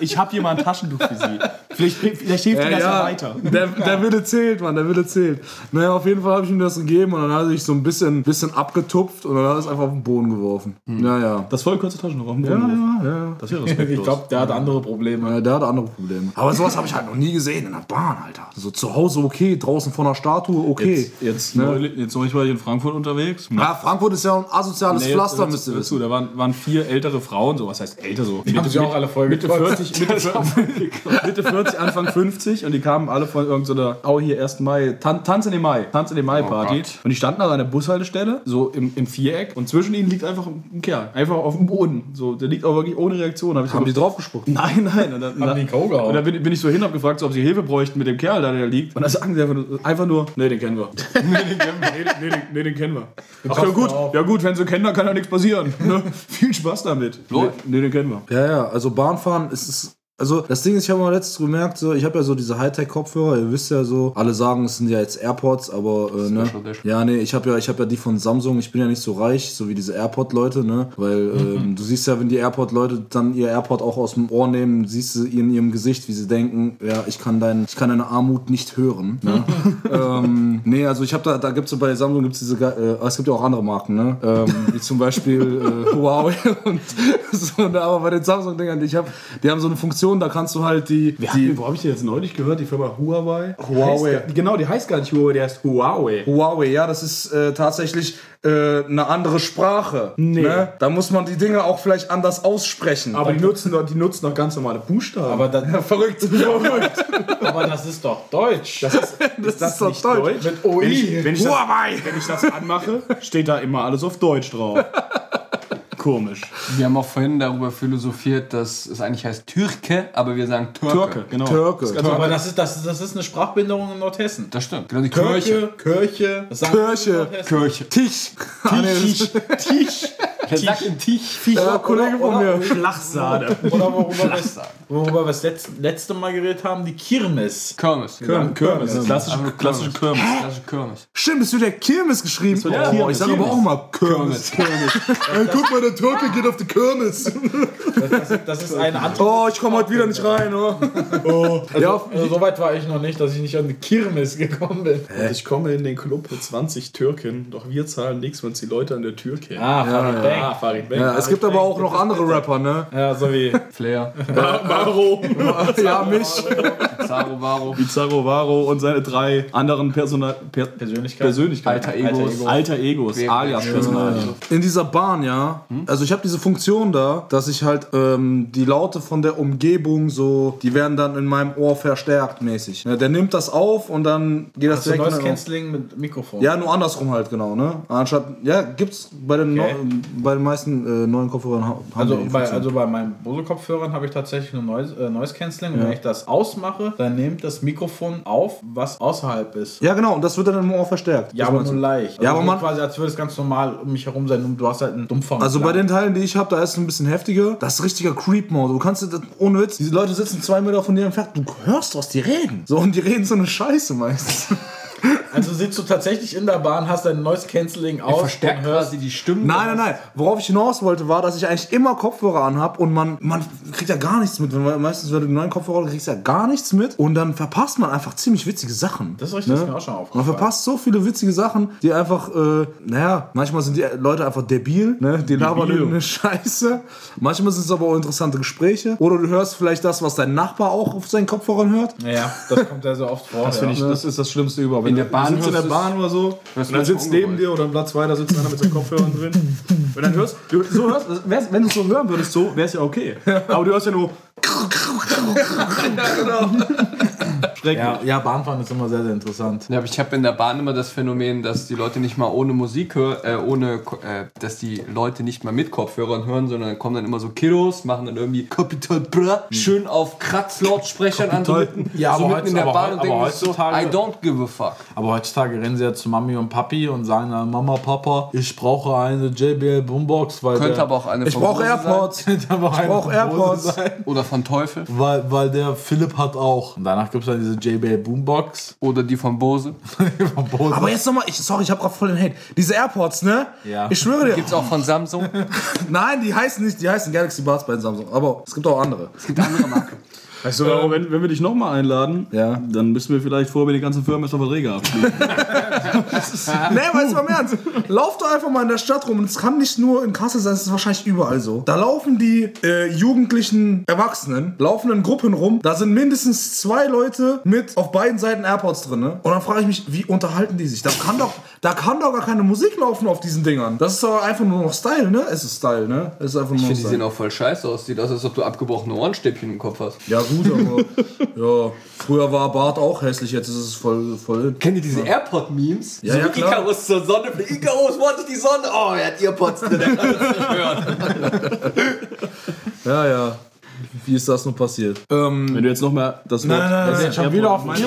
Speaker 4: ich habe hier mal ein Taschentuch für Sie. Vielleicht, vielleicht hilft Ihnen das ja weiter.
Speaker 5: Der, der Wille zählt, Mann, der Wille zählt. Naja, auf jeden Fall habe ich ihm das gegeben und dann hat er sich so ein bisschen, bisschen abgetupft und dann hat er es einfach auf den Boden geworfen.
Speaker 6: Mhm.
Speaker 5: Naja.
Speaker 4: Das vollgekürzte Taschentuch auf dem Boden.
Speaker 5: Ja, ja, ja.
Speaker 4: Das wäre respektlos.
Speaker 2: Ich glaube, der hat andere Probleme.
Speaker 5: Ja, der hatte andere Probleme. Aber sowas habe ich halt noch nie gesehen in der Bahn, Alter. So zu Hause okay, draußen vor einer Statue okay.
Speaker 4: Jetzt, jetzt, neulich, jetzt neulich war ich in Frankfurt unterwegs.
Speaker 5: Ja, Frankfurt ist ja ein asoziales
Speaker 4: Nee,
Speaker 5: Pflaster,
Speaker 4: jetzt-
Speaker 5: müsst ihr
Speaker 4: hör
Speaker 5: wissen.
Speaker 4: zu, Da waren, waren vier ältere Frauen, so was heißt älter so. Die
Speaker 2: haben sich auch alle voll
Speaker 4: Mitte
Speaker 2: gekotzt.
Speaker 4: 40, Mitte, 40, Mitte 40, Anfang 50 und die kamen alle von irgendeiner, oh hier, 1. Mai, Tan Tanz in den Mai, Tanz in den
Speaker 2: Oh
Speaker 4: Mai Party. und die standen an einer Bushaltestelle, so im, im Viereck und zwischen ihnen liegt einfach ein Kerl, einfach auf dem Boden. So, der liegt auch wirklich ohne Reaktion. Hab ich
Speaker 5: Haben die
Speaker 4: so,
Speaker 5: draufgespuckt?
Speaker 4: Nein, nein. Und dann,
Speaker 2: Haben die K.O. gehauen?
Speaker 4: Und dann bin, bin ich so hin, hab gefragt, so, ob sie Hilfe bräuchten mit dem Kerl, da der liegt. Und dann sagen sie einfach, nur- einfach nur, nee, den kennen wir. Nee, den kennen wir. Nee, den- nee, den, nee, den kennen wir. Ach ja gut, ja gut, wenn sie kennen, dann kann ja nichts passieren. Ne? Viel Spaß damit. Nee, nee, den kennen wir.
Speaker 5: Ja, ja, also Bahnfahren ist es. Also das Ding ist, ich habe mal letztens gemerkt, so, ich habe ja so diese Hightech-Kopfhörer, ihr wisst ja so, alle sagen, es sind ja jetzt AirPods, aber äh, ne? Ja, nee, ich habe ja, ich habe ja die von Samsung, ich bin ja nicht so reich, so wie diese AirPod-Leute, ne? Weil ähm, du siehst ja, wenn die AirPod-Leute dann ihr AirPod auch aus dem Ohr nehmen, siehst du in ihrem Gesicht, wie sie denken, ja, ich kann dein, ich kann deine Armut nicht hören. Ne? ähm, nee, also ich habe da, da gibt's so bei Samsung gibt's diese, ge- äh, es gibt ja auch andere Marken, ne? Ähm, wie zum Beispiel äh, Huawei und so, ne? aber bei den Samsung-Dingern, die ich habe, die haben so eine Funktion, da kannst du halt die, die
Speaker 4: Wo habe ich die jetzt neulich gehört? Die Firma Huawei?
Speaker 5: Huawei.
Speaker 4: Heißt gar- genau, die heißt gar nicht Huawei, die heißt Huawei.
Speaker 5: Huawei, ja, das ist äh, tatsächlich äh, eine andere Sprache. Nee. Ne? Da muss man die Dinge auch vielleicht anders aussprechen.
Speaker 4: Aber die nutzen, doch- die nutzen noch ganz normale Buchstaben.
Speaker 2: Aber das,
Speaker 5: verrückt.
Speaker 2: aber das ist doch Deutsch.
Speaker 5: das, ist doch deutsch.
Speaker 4: Mit OI. Wenn ich, wenn ich das, wenn ich das anmache, steht da immer alles auf Deutsch drauf. Komisch.
Speaker 6: Wir haben auch vorhin darüber philosophiert, dass es eigentlich heißt Türke, aber wir sagen Türke.
Speaker 4: Türke, genau.
Speaker 5: Türke.
Speaker 2: aber das ist, das, ist, das ist eine Sprachbehinderung in Nordhessen.
Speaker 6: Das stimmt. Genau die Kirche.
Speaker 2: Kirche, Kirche, das sagen
Speaker 5: Kirche.
Speaker 6: Kirche.
Speaker 5: Tisch. Ah,
Speaker 4: Tisch, Tisch,
Speaker 6: Wer sagt denn Tisch?
Speaker 5: Ja, Kollege von mir.
Speaker 4: Flachsade.
Speaker 2: Oder worüber wir,
Speaker 6: Flachsack.
Speaker 2: worüber wir das letzte, letzte Mal geredet haben, die Kirmes.
Speaker 6: Kirmes. Kirmes.
Speaker 4: Kirmes, klassische, klassische Kirmes.
Speaker 6: Das ist Kirmes.
Speaker 5: Stimmt, es wird ja Kirmes geschrieben.
Speaker 4: ja
Speaker 5: oh,
Speaker 4: Kirmes.
Speaker 5: ich sage aber auch mal Kirmes. Ey, guck mal, der Türke geht auf die Kirmes.
Speaker 2: Das, das ist eine andere.
Speaker 5: Oh, ich komme heute wieder nicht rein. Oh. Ja, auf-
Speaker 2: Also, so weit war ich noch nicht, dass ich nicht an die Kirmes gekommen bin.
Speaker 4: Und
Speaker 6: Äh.
Speaker 4: ich komme in den Club mit 20 Türken, doch wir zahlen nichts, wenn es die Leute an der Tür kennen.
Speaker 2: Ah, Farid Bang.
Speaker 4: Ah, Farid Bang.
Speaker 5: ja, es gibt aber auch noch andere Rapper, ne?
Speaker 2: Ja, so wie.
Speaker 6: Flair.
Speaker 4: Varo.
Speaker 5: Ja, mich.
Speaker 6: Zaro, Varo.
Speaker 4: Bizarro Varo und seine drei anderen Persona per
Speaker 2: Persönlichkeit.
Speaker 4: Persönlichkeiten.
Speaker 6: Alter Egos.
Speaker 4: Alter Egos, alias Personal.
Speaker 5: In dieser Bahn, ja.
Speaker 2: Hm?
Speaker 5: Also ich habe diese Funktion da, dass ich halt ähm, die Laute von der Umgebung so, die werden dann in meinem Ohr verstärkt mäßig. Ne? Der nimmt das auf und dann geht das
Speaker 2: So
Speaker 5: direkt
Speaker 2: Noise
Speaker 5: in mein Ohr.
Speaker 2: Cancelling mit Mikrofon.
Speaker 5: Ja, nur andersrum halt, genau, ne? Anstatt, ja, gibt's bei den,
Speaker 2: Okay.
Speaker 5: neu- bei den meisten äh, neuen Kopfhörern ha- haben
Speaker 2: Also
Speaker 5: die
Speaker 2: bei,
Speaker 5: Funktion.
Speaker 2: also bei meinen Bose-Kopfhörern habe ich tatsächlich nur Noise, äh, Noise Cancelling. Und wenn ich das ausmache, dann nimmt das Mikrofon auf, was außerhalb ist.
Speaker 5: Ja, genau, und das wird dann im Ohr verstärkt.
Speaker 2: Ja,
Speaker 5: Das
Speaker 2: aber
Speaker 5: meinst
Speaker 2: nur
Speaker 5: du.
Speaker 2: leicht. Also
Speaker 5: Ja, aber
Speaker 2: so
Speaker 5: man-
Speaker 2: quasi, als würde es ganz normal um mich herum sein und du hast halt einen Dumpfer.
Speaker 5: Also bei den Teilen, die ich habe, da ist es ein bisschen heftiger. Das ist richtiger Creep-Mode. Du kannst, das- ohne Witz, diese Leute sitzen zwei Meter von dir entfernt. Du hörst, was die reden. So, und die reden so eine Scheiße meistens.
Speaker 2: Also sitzt du tatsächlich in der Bahn, hast dein Noise Cancelling aus
Speaker 6: Verstärkt
Speaker 2: und hörst
Speaker 6: quasi die Stimmen.
Speaker 5: Nein, nein, nein. Worauf ich hinaus wollte, war, dass ich eigentlich immer Kopfhörer anhab und man, man kriegt ja gar nichts mit. Weil meistens, wenn du einen neuen Kopfhörer kriegst, kriegst du ja gar nichts mit und dann verpasst man einfach ziemlich witzige Sachen. Ne?
Speaker 2: Das ist richtig, das ist mir auch schon
Speaker 5: Man
Speaker 2: aufgefallen.
Speaker 5: verpasst so viele witzige Sachen, die einfach, äh, naja, manchmal sind die Leute einfach debil, ne? die labern irgendeine Scheiße. Manchmal sind es aber auch interessante Gespräche. Oder du hörst vielleicht das, was dein Nachbar auch auf seinen Kopfhörern hört.
Speaker 2: Ja, das kommt ja so oft vor.
Speaker 4: Das,
Speaker 2: ja.
Speaker 4: finde ich, das ist das Schlimmste überhaupt. Wenn
Speaker 6: der
Speaker 4: du
Speaker 6: Bahn
Speaker 4: sitzt in der
Speaker 6: hörst du's-
Speaker 4: Bahn oder so, und dann sitzt
Speaker 6: manchmal
Speaker 4: neben dir oder am Platz weiter sitzt einer mit seinen Kopfhörern drin. Und dann hörst du, so hörst, das wär's- wenn du es so hören würdest, so wäre es ja okay. Aber du hörst ja nur
Speaker 2: Ja, ja, Bahnfahren ist immer sehr, sehr interessant.
Speaker 6: Ja, aber ich habe in der Bahn immer das Phänomen, dass die Leute nicht mal ohne Musik hören, äh, ohne, Ko- äh, dass die Leute nicht mal mit Kopfhörern hören, sondern dann kommen dann immer so Kiddos, machen dann irgendwie Kapital Bra, schön auf Kratzlautsprechern andrücken,
Speaker 2: Ja,
Speaker 6: so
Speaker 2: aber
Speaker 6: mitten in der
Speaker 2: heutz- aber
Speaker 6: Bahn
Speaker 2: heu-
Speaker 6: und
Speaker 2: aber
Speaker 6: denken sich so, I
Speaker 2: heutzutage-
Speaker 6: don't give a fuck.
Speaker 2: Aber heutzutage rennen sie ja zu Mami und Papi und sagen dann, Mama, Papa, ich brauche eine JBL Boombox, weil
Speaker 6: Könnte
Speaker 2: der,
Speaker 6: aber auch eine
Speaker 5: Ich
Speaker 6: von
Speaker 5: brauche
Speaker 6: Rose
Speaker 5: AirPods.
Speaker 2: ich brauche
Speaker 5: brauche AirPods.
Speaker 6: sein. Oder von Teufel.
Speaker 2: Weil, weil der Philipp hat auch. Und danach gibt es dann diese JBL Boombox.
Speaker 6: Oder die von Bose.
Speaker 2: Von Bose.
Speaker 5: Aber jetzt nochmal, ich, sorry, ich hab grad voll den Hate. Diese AirPods, ne?
Speaker 2: Ja.
Speaker 5: Ich schwöre dir.
Speaker 6: Gibt's auch von Samsung.
Speaker 5: Nein, die heißen nicht, die heißen Galaxy Buds bei Samsung. Aber es gibt auch andere.
Speaker 4: So, aber äh, wenn, wenn wir dich nochmal einladen,
Speaker 5: Ja.
Speaker 4: dann müssen wir vielleicht vorher mit den ganzen Firmen erstmal Verträge abschließen.
Speaker 6: Ah.
Speaker 5: Nee, weißt du mal im Ernst? Lauf doch einfach mal in der Stadt rum. Und es kann nicht nur in Kassel sein, es ist wahrscheinlich überall so. Da laufen die äh, jugendlichen Erwachsenen, laufen in Gruppen rum. Da sind mindestens zwei Leute mit auf beiden Seiten AirPods drin. Ne? Und dann frage ich mich, wie unterhalten die sich? Da kann, doch, da kann doch gar keine Musik laufen auf diesen Dingern. Das ist doch einfach nur noch Style, ne? Es ist Style, ne? Es ist einfach nur noch
Speaker 6: Die sehen
Speaker 5: Style.
Speaker 6: auch voll scheiße aus. Sieht aus, als ob du abgebrochene Ohrenstäbchen im Kopf hast.
Speaker 5: Ja, gut, aber. ja, früher war Bart auch hässlich, jetzt ist es voll. voll
Speaker 6: Kennt ihr diese AirPod-Memes?
Speaker 5: Ja, ja,
Speaker 6: wie
Speaker 5: klar.
Speaker 6: Icarus zur Sonne fliegt. Icarus wollte die Sonne. Oh, er hat Earpods drin, er kann das nicht hören.
Speaker 5: ja, ja. Wie ist das nun passiert? Ähm.
Speaker 4: wenn du jetzt nochmal das Wort...
Speaker 5: nein, nein.
Speaker 2: schon wieder auf mir
Speaker 6: Und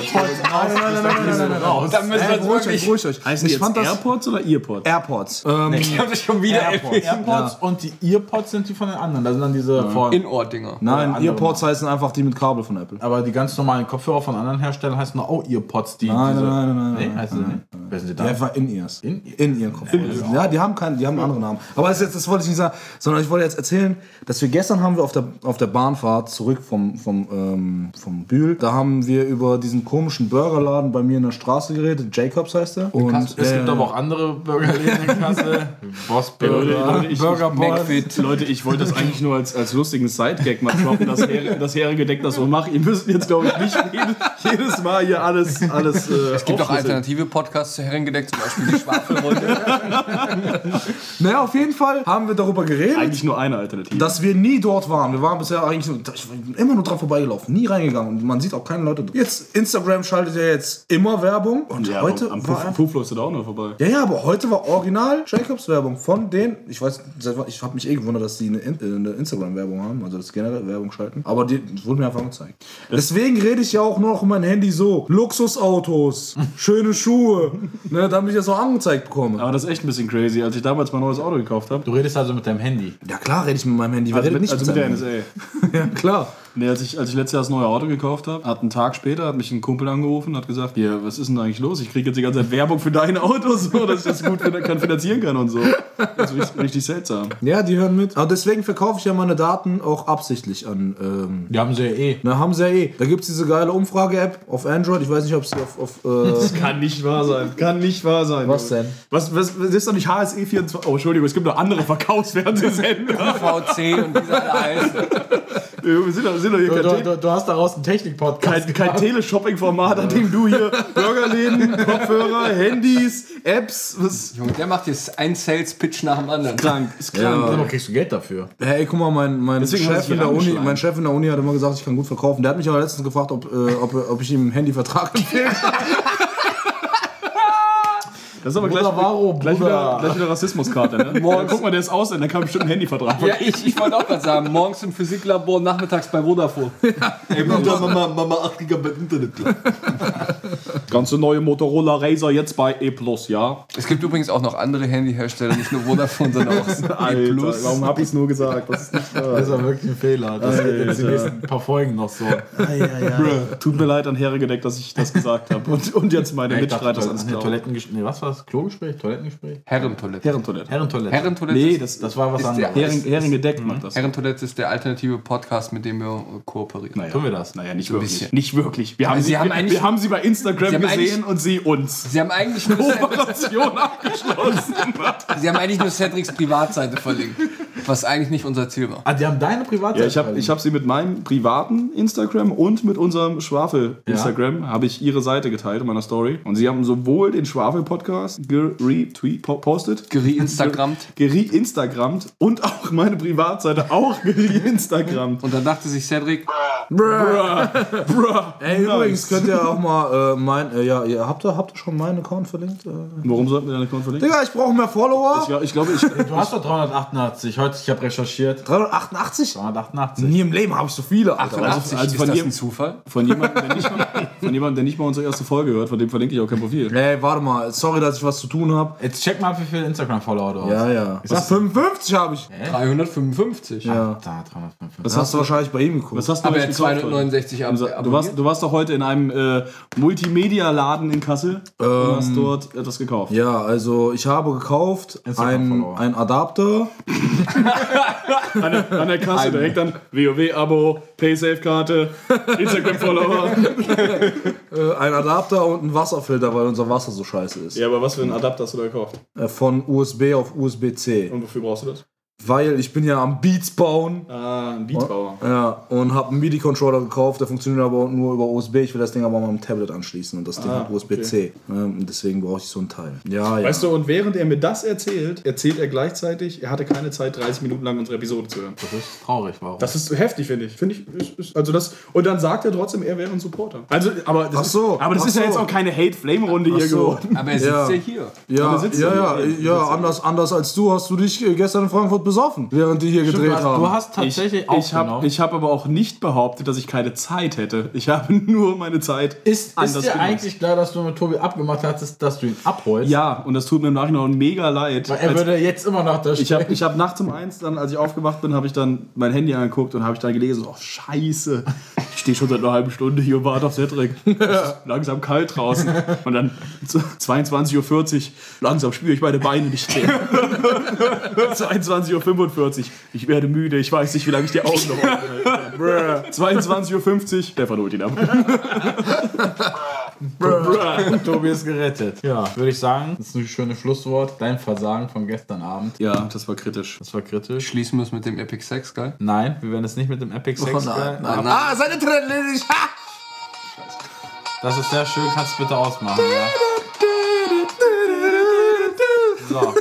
Speaker 6: dann müssen wir
Speaker 5: Ey,
Speaker 6: jetzt
Speaker 5: beruhigt euch,
Speaker 6: wirklich...
Speaker 5: beruhigt euch.
Speaker 4: Heißen die
Speaker 5: ich
Speaker 4: jetzt
Speaker 5: fand das
Speaker 4: AirPods oder Earpods?
Speaker 5: AirPods. Ähm,
Speaker 6: Ich hab das schon wieder erwähnt.
Speaker 2: AirPods und die Earpods sind die von den anderen. Da sind dann diese von.
Speaker 6: In-Ohr-Dinger.
Speaker 5: nein,
Speaker 2: andere Ah.
Speaker 5: AirPods heißen einfach die mit Kabel von Apple.
Speaker 2: aber die ganz normalen Kopfhörer von anderen Herstellern heißen oh, doch auch Earpods. Die,
Speaker 5: Nein,
Speaker 2: diese,
Speaker 5: nein, nein, nein,
Speaker 2: Nee,
Speaker 5: nein,
Speaker 2: heißen
Speaker 5: nein.
Speaker 2: die nicht. Wer sind die
Speaker 5: Die
Speaker 2: da?
Speaker 5: einfach in ears. In, in ihren Kopf. Ja, die haben keinen, die haben einen anderen Namen. Aber das, ist jetzt, das wollte ich nicht sagen, sondern ich wollte jetzt erzählen, dass wir gestern haben wir auf der, auf der Bahnfahrt zurück vom, vom, ähm, vom Bühl, da haben wir über diesen komischen Burgerladen bei mir in der Straße geredet. Jacobs heißt der. Und äh,
Speaker 2: es gibt aber auch andere Burgerläden in Kassel. Boss Burger,
Speaker 4: Leute, ich-
Speaker 2: Burger Boy.
Speaker 6: McFit.
Speaker 4: Leute, ich wollte das eigentlich nur als, als lustigen Sidegag mal droppen, dass Herr- dass Herige Deck das so macht. Ihr müsst jetzt, glaube ich, nicht jedes, jedes Mal hier alles, alles äh,
Speaker 6: Es gibt auch alternative Podcasts zu Herrengedeck, zum Beispiel die Schwafelrunde.
Speaker 5: Naja, auf jeden Fall haben wir darüber geredet.
Speaker 4: Eigentlich nur eine Alternative.
Speaker 5: dass wir nie dort waren. Wir waren bisher eigentlich nur, ich bin immer nur dran vorbeigelaufen, nie reingegangen und man sieht auch keine Leute. drin. Jetzt Instagram schaltet ja jetzt immer Werbung und
Speaker 4: Ja, aber
Speaker 5: heute
Speaker 4: am
Speaker 5: war
Speaker 4: Puff,
Speaker 5: einfach-
Speaker 4: Puff läufst du da auch noch vorbei.
Speaker 5: ja, ja, aber heute war original Jacobs Werbung von den, ich weiß, seit wann- ich habe mich eh gewundert, dass die eine, In- äh, eine Instagram Werbung haben, also das generell Werbung schalten, aber die das wurde mir einfach angezeigt. Deswegen rede ich ja auch nur noch um mein Handy so, Luxusautos, schöne Schuhe, ne, damit ich das auch angezeigt bekomme.
Speaker 4: Aber das ist echt ein bisschen crazy. Als ich damals mein neues Auto gekauft habe,
Speaker 2: Du redest also mit deinem Handy.
Speaker 5: Ja klar, rede ich mit meinem Handy, wer
Speaker 4: also
Speaker 5: redet
Speaker 4: mit,
Speaker 5: nicht
Speaker 4: also mit
Speaker 5: mit
Speaker 4: der
Speaker 5: seinem
Speaker 4: NSA.
Speaker 5: Handy? Ja, klar.
Speaker 4: Nee, als ich, als ich letztes Jahr das neue Auto gekauft habe, hat einen Tag später, hat mich ein Kumpel angerufen und hat gesagt, hier, was ist denn eigentlich los? Ich kriege jetzt die ganze Zeit Werbung für dein Auto, so, dass ich das gut fin- kann finanzieren kann und so. Das ist richtig, richtig seltsam.
Speaker 5: Ja, die hören mit. Aber deswegen verkaufe ich ja meine Daten auch absichtlich an. Ähm,
Speaker 2: Die haben sie ja eh.
Speaker 5: na, haben sie ja eh. Da gibt es diese geile Umfrage-App auf Android. Ich weiß nicht, ob sie auf. auf äh,
Speaker 4: Kann nicht wahr sein. Kann nicht wahr sein.
Speaker 5: Was denn?
Speaker 4: Was, was, das ist doch nicht HSE24. Oh, Entschuldigung, es gibt noch andere Verkaufsfernsehsender.
Speaker 6: VC und diese alle heißen.
Speaker 4: Wir sind doch, sind doch hier kein,
Speaker 2: Du,
Speaker 4: Tele-
Speaker 2: du, du hast daraus einen Technik-Podcast.
Speaker 4: kein, kein Teleshopping-Format, an dem du hier Burgerläden, Kopfhörer, Handys, Apps. Was
Speaker 6: Junge, der macht jetzt einen Sales-Pitch nach dem anderen.
Speaker 4: krank. Ist krank.
Speaker 2: Aber kriegst du Geld dafür?
Speaker 5: hey, guck mal, mein, mein,
Speaker 4: Deswegen haben
Speaker 5: Chef
Speaker 4: sie
Speaker 5: in
Speaker 4: hier
Speaker 5: der Uni,
Speaker 4: angeschlagen.
Speaker 5: mein Chef in der Uni hat immer gesagt, ich kann gut verkaufen. Der hat mich aber letztens gefragt, ob, äh, ob, ob ich ihm einen Handyvertrag empfehle.
Speaker 4: Das ist aber gleich,
Speaker 2: Wunderbaro,
Speaker 4: gleich, wieder,
Speaker 2: Bruder.
Speaker 4: gleich wieder Rassismuskarte. Ne? Dann guck mal, der ist aus, dann kann bestimmt ein Handyvertrag.
Speaker 6: Ja, ich, ich wollte auch gerade sagen, morgens im Physiklabor, nachmittags bei Vodafone.
Speaker 1: Ey, Mutter, Mama, Mama, 8 GB Internet, klar.
Speaker 4: Ganze neue Motorola Razer jetzt bei E+, ja?
Speaker 6: Es gibt übrigens auch noch andere Handyhersteller, nicht nur Vodafone, sondern auch E+.
Speaker 4: warum hab ich's nur gesagt? Das ist nicht wahr.
Speaker 2: Das ist ja wirklich ein Fehler. Das wird jetzt die nächsten paar Folgen noch so.
Speaker 4: Tut mir leid an Herrengedeck, dass ich das gesagt habe. Und, und jetzt meine
Speaker 2: Ich dachte,
Speaker 4: Mitstreiter
Speaker 2: das
Speaker 4: sind
Speaker 2: ist
Speaker 4: es
Speaker 2: ein
Speaker 4: glauben.
Speaker 2: Toilettengespräch. Nee, was war das? Klogespräch? Toilettengespräch?
Speaker 6: Herrentoilette.
Speaker 4: Herrentoilette.
Speaker 2: Herrentoilette.
Speaker 6: Herrentoilette,
Speaker 4: Nee,
Speaker 6: ist,
Speaker 4: das, das
Speaker 2: das war was
Speaker 6: Ist Mhm. der-
Speaker 2: anderes.
Speaker 4: Herren, Herrengedeck macht das.
Speaker 6: Herrentoilette ist der alternative Podcast, mit dem wir äh, kooperieren.
Speaker 4: Naja.
Speaker 2: Tun wir das?
Speaker 4: Naja, nicht
Speaker 6: ein
Speaker 4: wirklich.
Speaker 6: bisschen.
Speaker 4: Nicht wirklich. Wir haben,
Speaker 6: Also
Speaker 4: sie,
Speaker 6: sie haben
Speaker 4: wir,
Speaker 6: eigentlich-
Speaker 4: wir haben sie bei Instagram
Speaker 6: Sie haben
Speaker 4: gesehen
Speaker 6: eigentlich-
Speaker 4: und sie uns.
Speaker 6: Sie haben eigentlich nur,
Speaker 4: Operation abgeschlossen.
Speaker 6: Sie haben eigentlich nur Cedrics Privatseite verlinkt, was eigentlich nicht unser Ziel war.
Speaker 2: Ah, die haben deine Privatseite.
Speaker 4: Ja, ich habe ich hab sie mit meinem privaten Instagram und mit unserem Schwafel-Instagram habe ich ihre Seite geteilt in meiner Story. Und sie haben sowohl den Schwafel-Podcast gerepostet,
Speaker 6: Geri-Instagrammt.
Speaker 4: gere-instagrammt und auch meine Privatseite auch gere-instagrammt.
Speaker 6: Und dann dachte sich Cedric,
Speaker 5: Ey, übrigens könnt ihr auch mal äh, mein. Äh, ja, ihr habt ihr habt ihr schon meinen Account verlinkt? Äh,
Speaker 4: Warum sollten wir deine Account verlinken?
Speaker 5: Digga, ich brauche mehr Follower.
Speaker 4: Ich, glaub- ich glaube, ich,
Speaker 2: Du hast doch 388. Heute, ich habe recherchiert.
Speaker 5: 388?
Speaker 2: Ah, 388.
Speaker 5: Nie im Leben habe ich so viele. Alter.
Speaker 6: 80,
Speaker 4: also
Speaker 6: ist
Speaker 4: von
Speaker 6: das
Speaker 4: jedem-
Speaker 6: ein Zufall?
Speaker 4: von jemandem, der nicht mal, von jemandem, der nicht mal unsere erste Folge hört, von dem verlinke ich auch kein Profil.
Speaker 5: Ey, warte mal. Sorry, dass ich was zu tun habe.
Speaker 2: Jetzt check mal, wie viele Instagram-Follower du hast.
Speaker 5: Ja, ja. Was? 55 habe ich.
Speaker 6: 355.
Speaker 5: Ja.
Speaker 2: Da, 355.
Speaker 5: Das hast du wahrscheinlich bei ihm geguckt.
Speaker 4: Was hast du
Speaker 6: Aber
Speaker 4: euch
Speaker 6: er
Speaker 4: gekauft heute? Also,
Speaker 6: 269 ab,
Speaker 4: Du warst, du warst doch heute in einem äh, Multimedia-Laden in Kassel und hast dort etwas gekauft.
Speaker 5: Ja, also ich habe gekauft einen
Speaker 2: Instagram-Follower.
Speaker 5: einen Adapter.
Speaker 4: An der, an der Kasse direkt dann WoW-Abo, Paysafe-Karte, Instagram-Follower.
Speaker 5: Äh, ein Adapter und ein Wasserfilter, weil unser Wasser so scheiße ist.
Speaker 4: ja, aber was für einen Adapter hast du da gekauft?
Speaker 5: Äh, Von USB auf USB-C.
Speaker 4: Und wofür brauchst du das?
Speaker 5: Weil ich bin ja am Beats bauen.
Speaker 4: Ah, ein Beatbauer.
Speaker 5: Ja, und habe einen MIDI-Controller gekauft, der funktioniert aber nur über USB. Ich will das Ding aber mal am Tablet anschließen und das Ding
Speaker 4: Ah,
Speaker 5: hat USB-C. Ähm, und deswegen brauche ich so ein Teil. Ja, ja.
Speaker 4: Weißt du, und während er mir das erzählt, erzählt er gleichzeitig, er hatte keine Zeit, 30 Minuten lang unsere Episode zu hören.
Speaker 2: Traurig, warum?
Speaker 4: Das ist heftig, finde ich. Finde ich ist, ist, also das, und dann sagt er trotzdem, er wäre ein Supporter. Also, aber das,
Speaker 5: Ach so,
Speaker 4: ist, aber das
Speaker 5: ach
Speaker 4: ist ja
Speaker 5: so.
Speaker 4: jetzt auch keine Hate-Flame-Runde hier
Speaker 5: so.
Speaker 4: geworden.
Speaker 6: Aber er sitzt
Speaker 5: Ja.
Speaker 6: ja, hier.
Speaker 5: ja,
Speaker 4: da sitzt
Speaker 5: ja,
Speaker 4: er
Speaker 5: ja,
Speaker 4: hier.
Speaker 5: ja, anders, anders als du hast du dich äh, gestern in Frankfurt besoffen, während die hier gedreht
Speaker 2: du, hast,
Speaker 5: haben.
Speaker 2: du hast
Speaker 4: Ich,
Speaker 2: tatsächlich genau.
Speaker 4: ich habe
Speaker 2: aufgenommen.
Speaker 4: ich hab aber auch nicht behauptet, dass ich keine Zeit hätte. Ich habe nur meine Zeit
Speaker 2: ist, ist dir
Speaker 4: genutzt.
Speaker 2: eigentlich klar, dass du mit Tobi abgemacht hattest, dass du ihn abholst?
Speaker 4: Ja, und das tut mir im Nachhinein auch mega leid.
Speaker 2: Weil er
Speaker 4: Als-
Speaker 2: würde jetzt immer noch da
Speaker 4: ich habe ich hab nachts um eins, dann, als ich aufgewacht bin, habe ich dann mein Handy angeguckt und habe ich da gelesen, oh scheiße, ich stehe schon seit einer halben Stunde hier und warte auf Cedric. Es ist langsam kalt draußen. Und dann zu 22.40 Uhr, langsam spüre ich meine Beine nicht mehr. 22.45 Uhr, ich werde müde, ich weiß nicht, wie lange ich die Augen noch öffne. 22.50 Uhr, Stefan holt ihn ab.
Speaker 2: Tobi ist gerettet. Ja, würde ich sagen, das ist ein schönes Schlusswort. Dein Versagen von gestern Abend.
Speaker 4: Ja, das war kritisch.
Speaker 2: Das war kritisch.
Speaker 6: Schließen wir es mit dem Epic Sex, geil?
Speaker 2: Nein, wir werden es nicht mit dem Epic Sex.
Speaker 5: nein,
Speaker 2: teilen.
Speaker 5: nein. Ah, seine Tränen ledig. Ha!
Speaker 2: Das ist sehr schön, kannst du bitte ausmachen. Ja. So.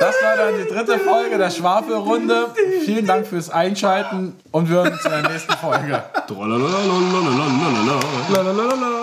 Speaker 2: Das war dann die dritte Folge der Schwafelrunde. Vielen Dank fürs Einschalten und wir hören uns in der nächsten Folge.
Speaker 4: Trolalalalalalalala.
Speaker 5: Lalalala.